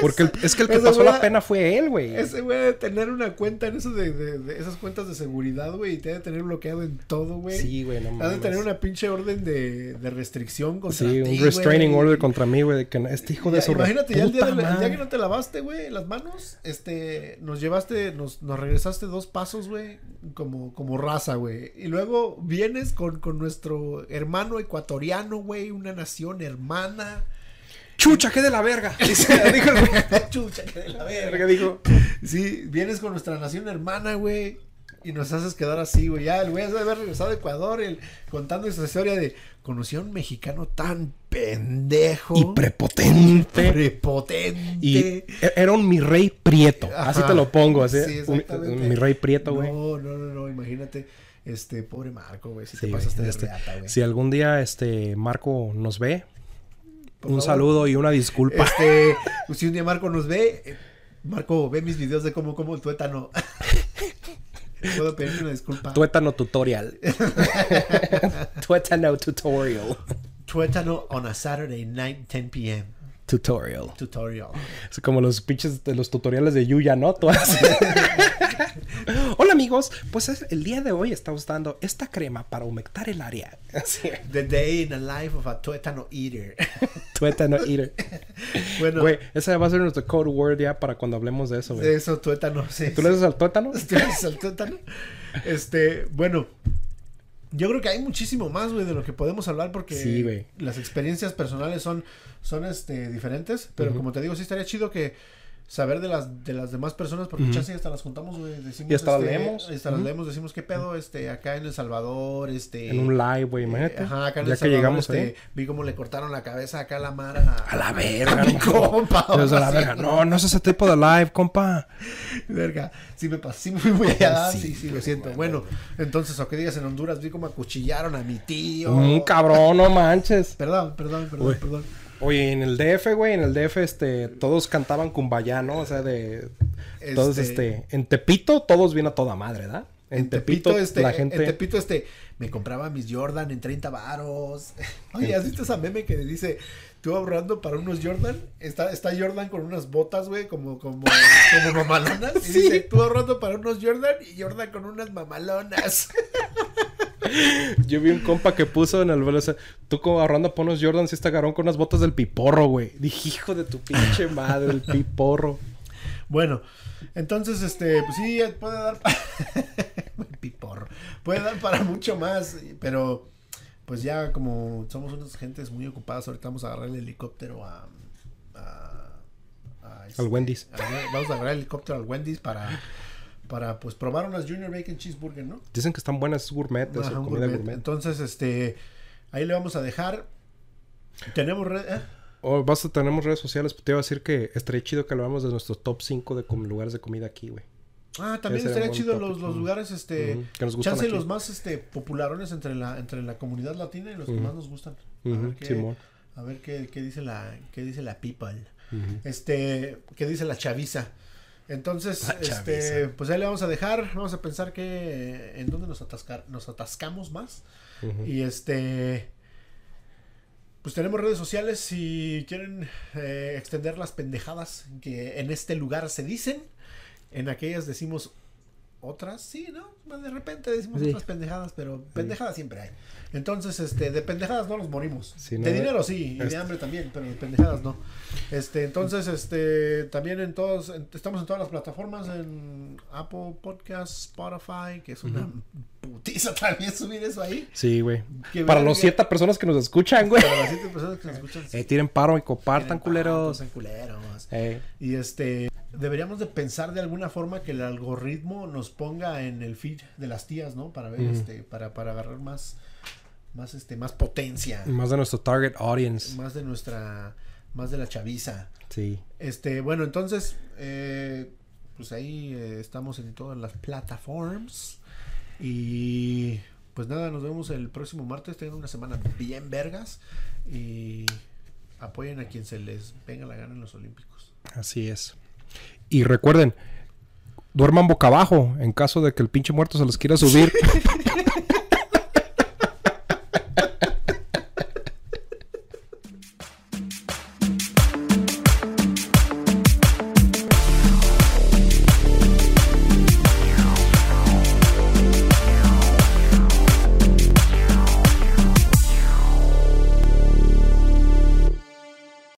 Porque el- es que el que esa pasó güey- la pena fue él, güey. Ese güey debe tener una cuenta en eso de, de- de esas cuentas de seguridad, güey, y te debe tener bloqueado en todo, güey. Sí, güey, no Ha de mames. tener una pinche orden de, de restricción contra Sí, ti, un restraining güey. order contra mí, güey. de que Este hijo de Ya, su re- imagínate, ya el día, puta de la- el día madre. que no te lavaste, güey, las manos, este, nos llevaste, nos, nos regresaste dos pasos, güey, como, como raza, güey. Y luego vienes con, con nuestro hermano ecuatoriano, güey, una nación hermana. ¡Chucha, qué de la verga! Dice- dijo el güey. Chucha, que de la verga. Verga, dijo. Sí, vienes con nuestra nación hermana, güey. Y nos haces quedar así, güey. Ya, el güey se debe haber regresado a Ecuador el, contando esa historia de conocí a un mexicano tan pendejo. Y prepotente. prepotente. Y e- era un mi rey prieto. Así Ajá. te lo pongo, así. Sí, un- exactamente. un mi rey prieto, güey. No, no, no, no, imagínate. Este, pobre Marco, güey. Si Sí, te güey, pasaste de este, reata, güey. si algún día este Marco nos ve, Por un favor. saludo y una disculpa. Este, si un día Marco nos ve, eh, Marco, ve mis videos de cómo como el tuétano. Puedo pedirte una disculpa. Tuétano tutorial. Tuétano tutorial. Tuétano on a Saturday night, 10 p.m. Tutorial. Tutorial. Es como los pinches de los tutoriales de Yuya, ¿no? Tú así. Hola amigos, pues es- el día de hoy estamos dando esta crema para humectar el área. Así. The day in the life of a tuétano eater. Tuétano eater. Bueno, Güey, ese va a ser nuestro code word ya para cuando hablemos de eso, güey. eso, tuétano, sí. ¿Tú le haces al tuétano? Ustedes al tuétano. Este, bueno. Yo creo que hay muchísimo más, güey, de lo que podemos hablar porque Sí, güey. las experiencias personales son, son este, diferentes. Pero como te digo, sí estaría chido que saber de las, de las demás personas, porque chance hasta las juntamos, güey. Decimos, Y hasta las este, leemos. Hasta las leemos, decimos, ¿qué pedo? Este, acá en El Salvador, este. En un live, güey, imagínate. Ajá, acá en ya El que Salvador, llegamos este, ahí. Vi cómo le cortaron la cabeza acá a la Mara. A la verga, mi no. compa, Dios, a la sí. verga. No, no es ese tipo de live, compa. Verga, sí me pasé, sí me fui muy allá. Sí, Sí, sí, lo siento. Bueno, entonces, aunque digas en Honduras, vi cómo acuchillaron a mi tío. Un cabrón, no manches. Perdón, perdón, perdón, Uy. perdón. Oye, en el DF, güey, en el DF, este, todos cantaban Cumbayá, ¿no? O sea, de. Todos, Este- este. En Tepito, todos bien a toda madre, ¿verdad? En Tepito, este, la gente. en Tepito, este, me compraba mis Jordan en 30 varos. Oye, ¿has visto esa meme que dice, tú ahorrando para unos Jordan? Está, está Jordan con unas botas, güey, como, como, como mamalonas. Y dice, tú ahorrando para unos Jordan y Jordan con unas mamalonas. Yo vi un compa que puso en el velo, o sea, tú como ahorrando ponos Jordan, si está carón este con unas botas del piporro, güey. Dije, hijo de tu pinche madre, el piporro. Bueno, entonces, este, pues sí, puede dar para... Piporro. Puede dar para mucho más, pero pues ya como somos unas gentes muy ocupadas, ahorita vamos a agarrar el helicóptero a... a- a este- Al Wendy's. a- vamos a agarrar el helicóptero al Wendy's para, para pues probar unas Junior Bacon Cheeseburger, ¿no? Dicen que están buenas gourmet, eso, Ajá, un Pues, comida gourmet. gourmet. Entonces, este, ahí le vamos a dejar. Tenemos red... ¿eh? O vas a tenemos redes sociales, te iba a decir que estaría chido que hablamos de nuestros top 5 de com- lugares de comida aquí, güey. Ah, también Ese era estaría un chido buen los, tópico. los lugares, este, Ujú, que nos gustan chance aquí. los más, este, popularones entre la, entre la comunidad latina y los que más nos gustan. A Ujú, ver qué- Simón. A ver qué, qué dice la, qué dice la people, este, qué dice la chaviza. Entonces, La este, chaviza. pues ahí le vamos a dejar, vamos a pensar que en dónde nos atascar, nos atascamos más Ujú. y este. Pues tenemos redes sociales si quieren eh, extender las pendejadas que en este lugar se dicen. En aquellas decimos otras, sí, ¿no? Bueno, De repente decimos Sí. otras pendejadas, pero pendejadas siempre hay. Entonces, este, de pendejadas no nos morimos. Sí, de no, dinero sí, y este- de hambre también, pero de pendejadas no. Este, entonces, este, también en todos, en- estamos en todas las plataformas, en Apple Podcasts, Spotify, que es una putiza también subir eso ahí. Sí, güey. Que Para verga. los 7 personas que nos escuchan, güey. Para las siete personas que nos escuchan. Eh, tiren paro y tienen compartan, patos, culeros. son culeros. Eh, Y este, deberíamos de pensar de alguna forma que el algoritmo nos ponga en el feed de las tías, ¿no? Para Mm. ver, este, para, para agarrar más, más, este, más potencia, más de nuestro target audience. más de nuestra, más de la chaviza. Sí. Este, bueno, entonces, eh, pues ahí eh, estamos en todas las plataformas. Y pues nada, nos vemos el próximo martes. Tengan una semana bien vergas. Y apoyen a quien se les venga la gana en los Olímpicos. Así es. Y recuerden, duerman boca abajo en caso de que el pinche muerto se los quiera subir.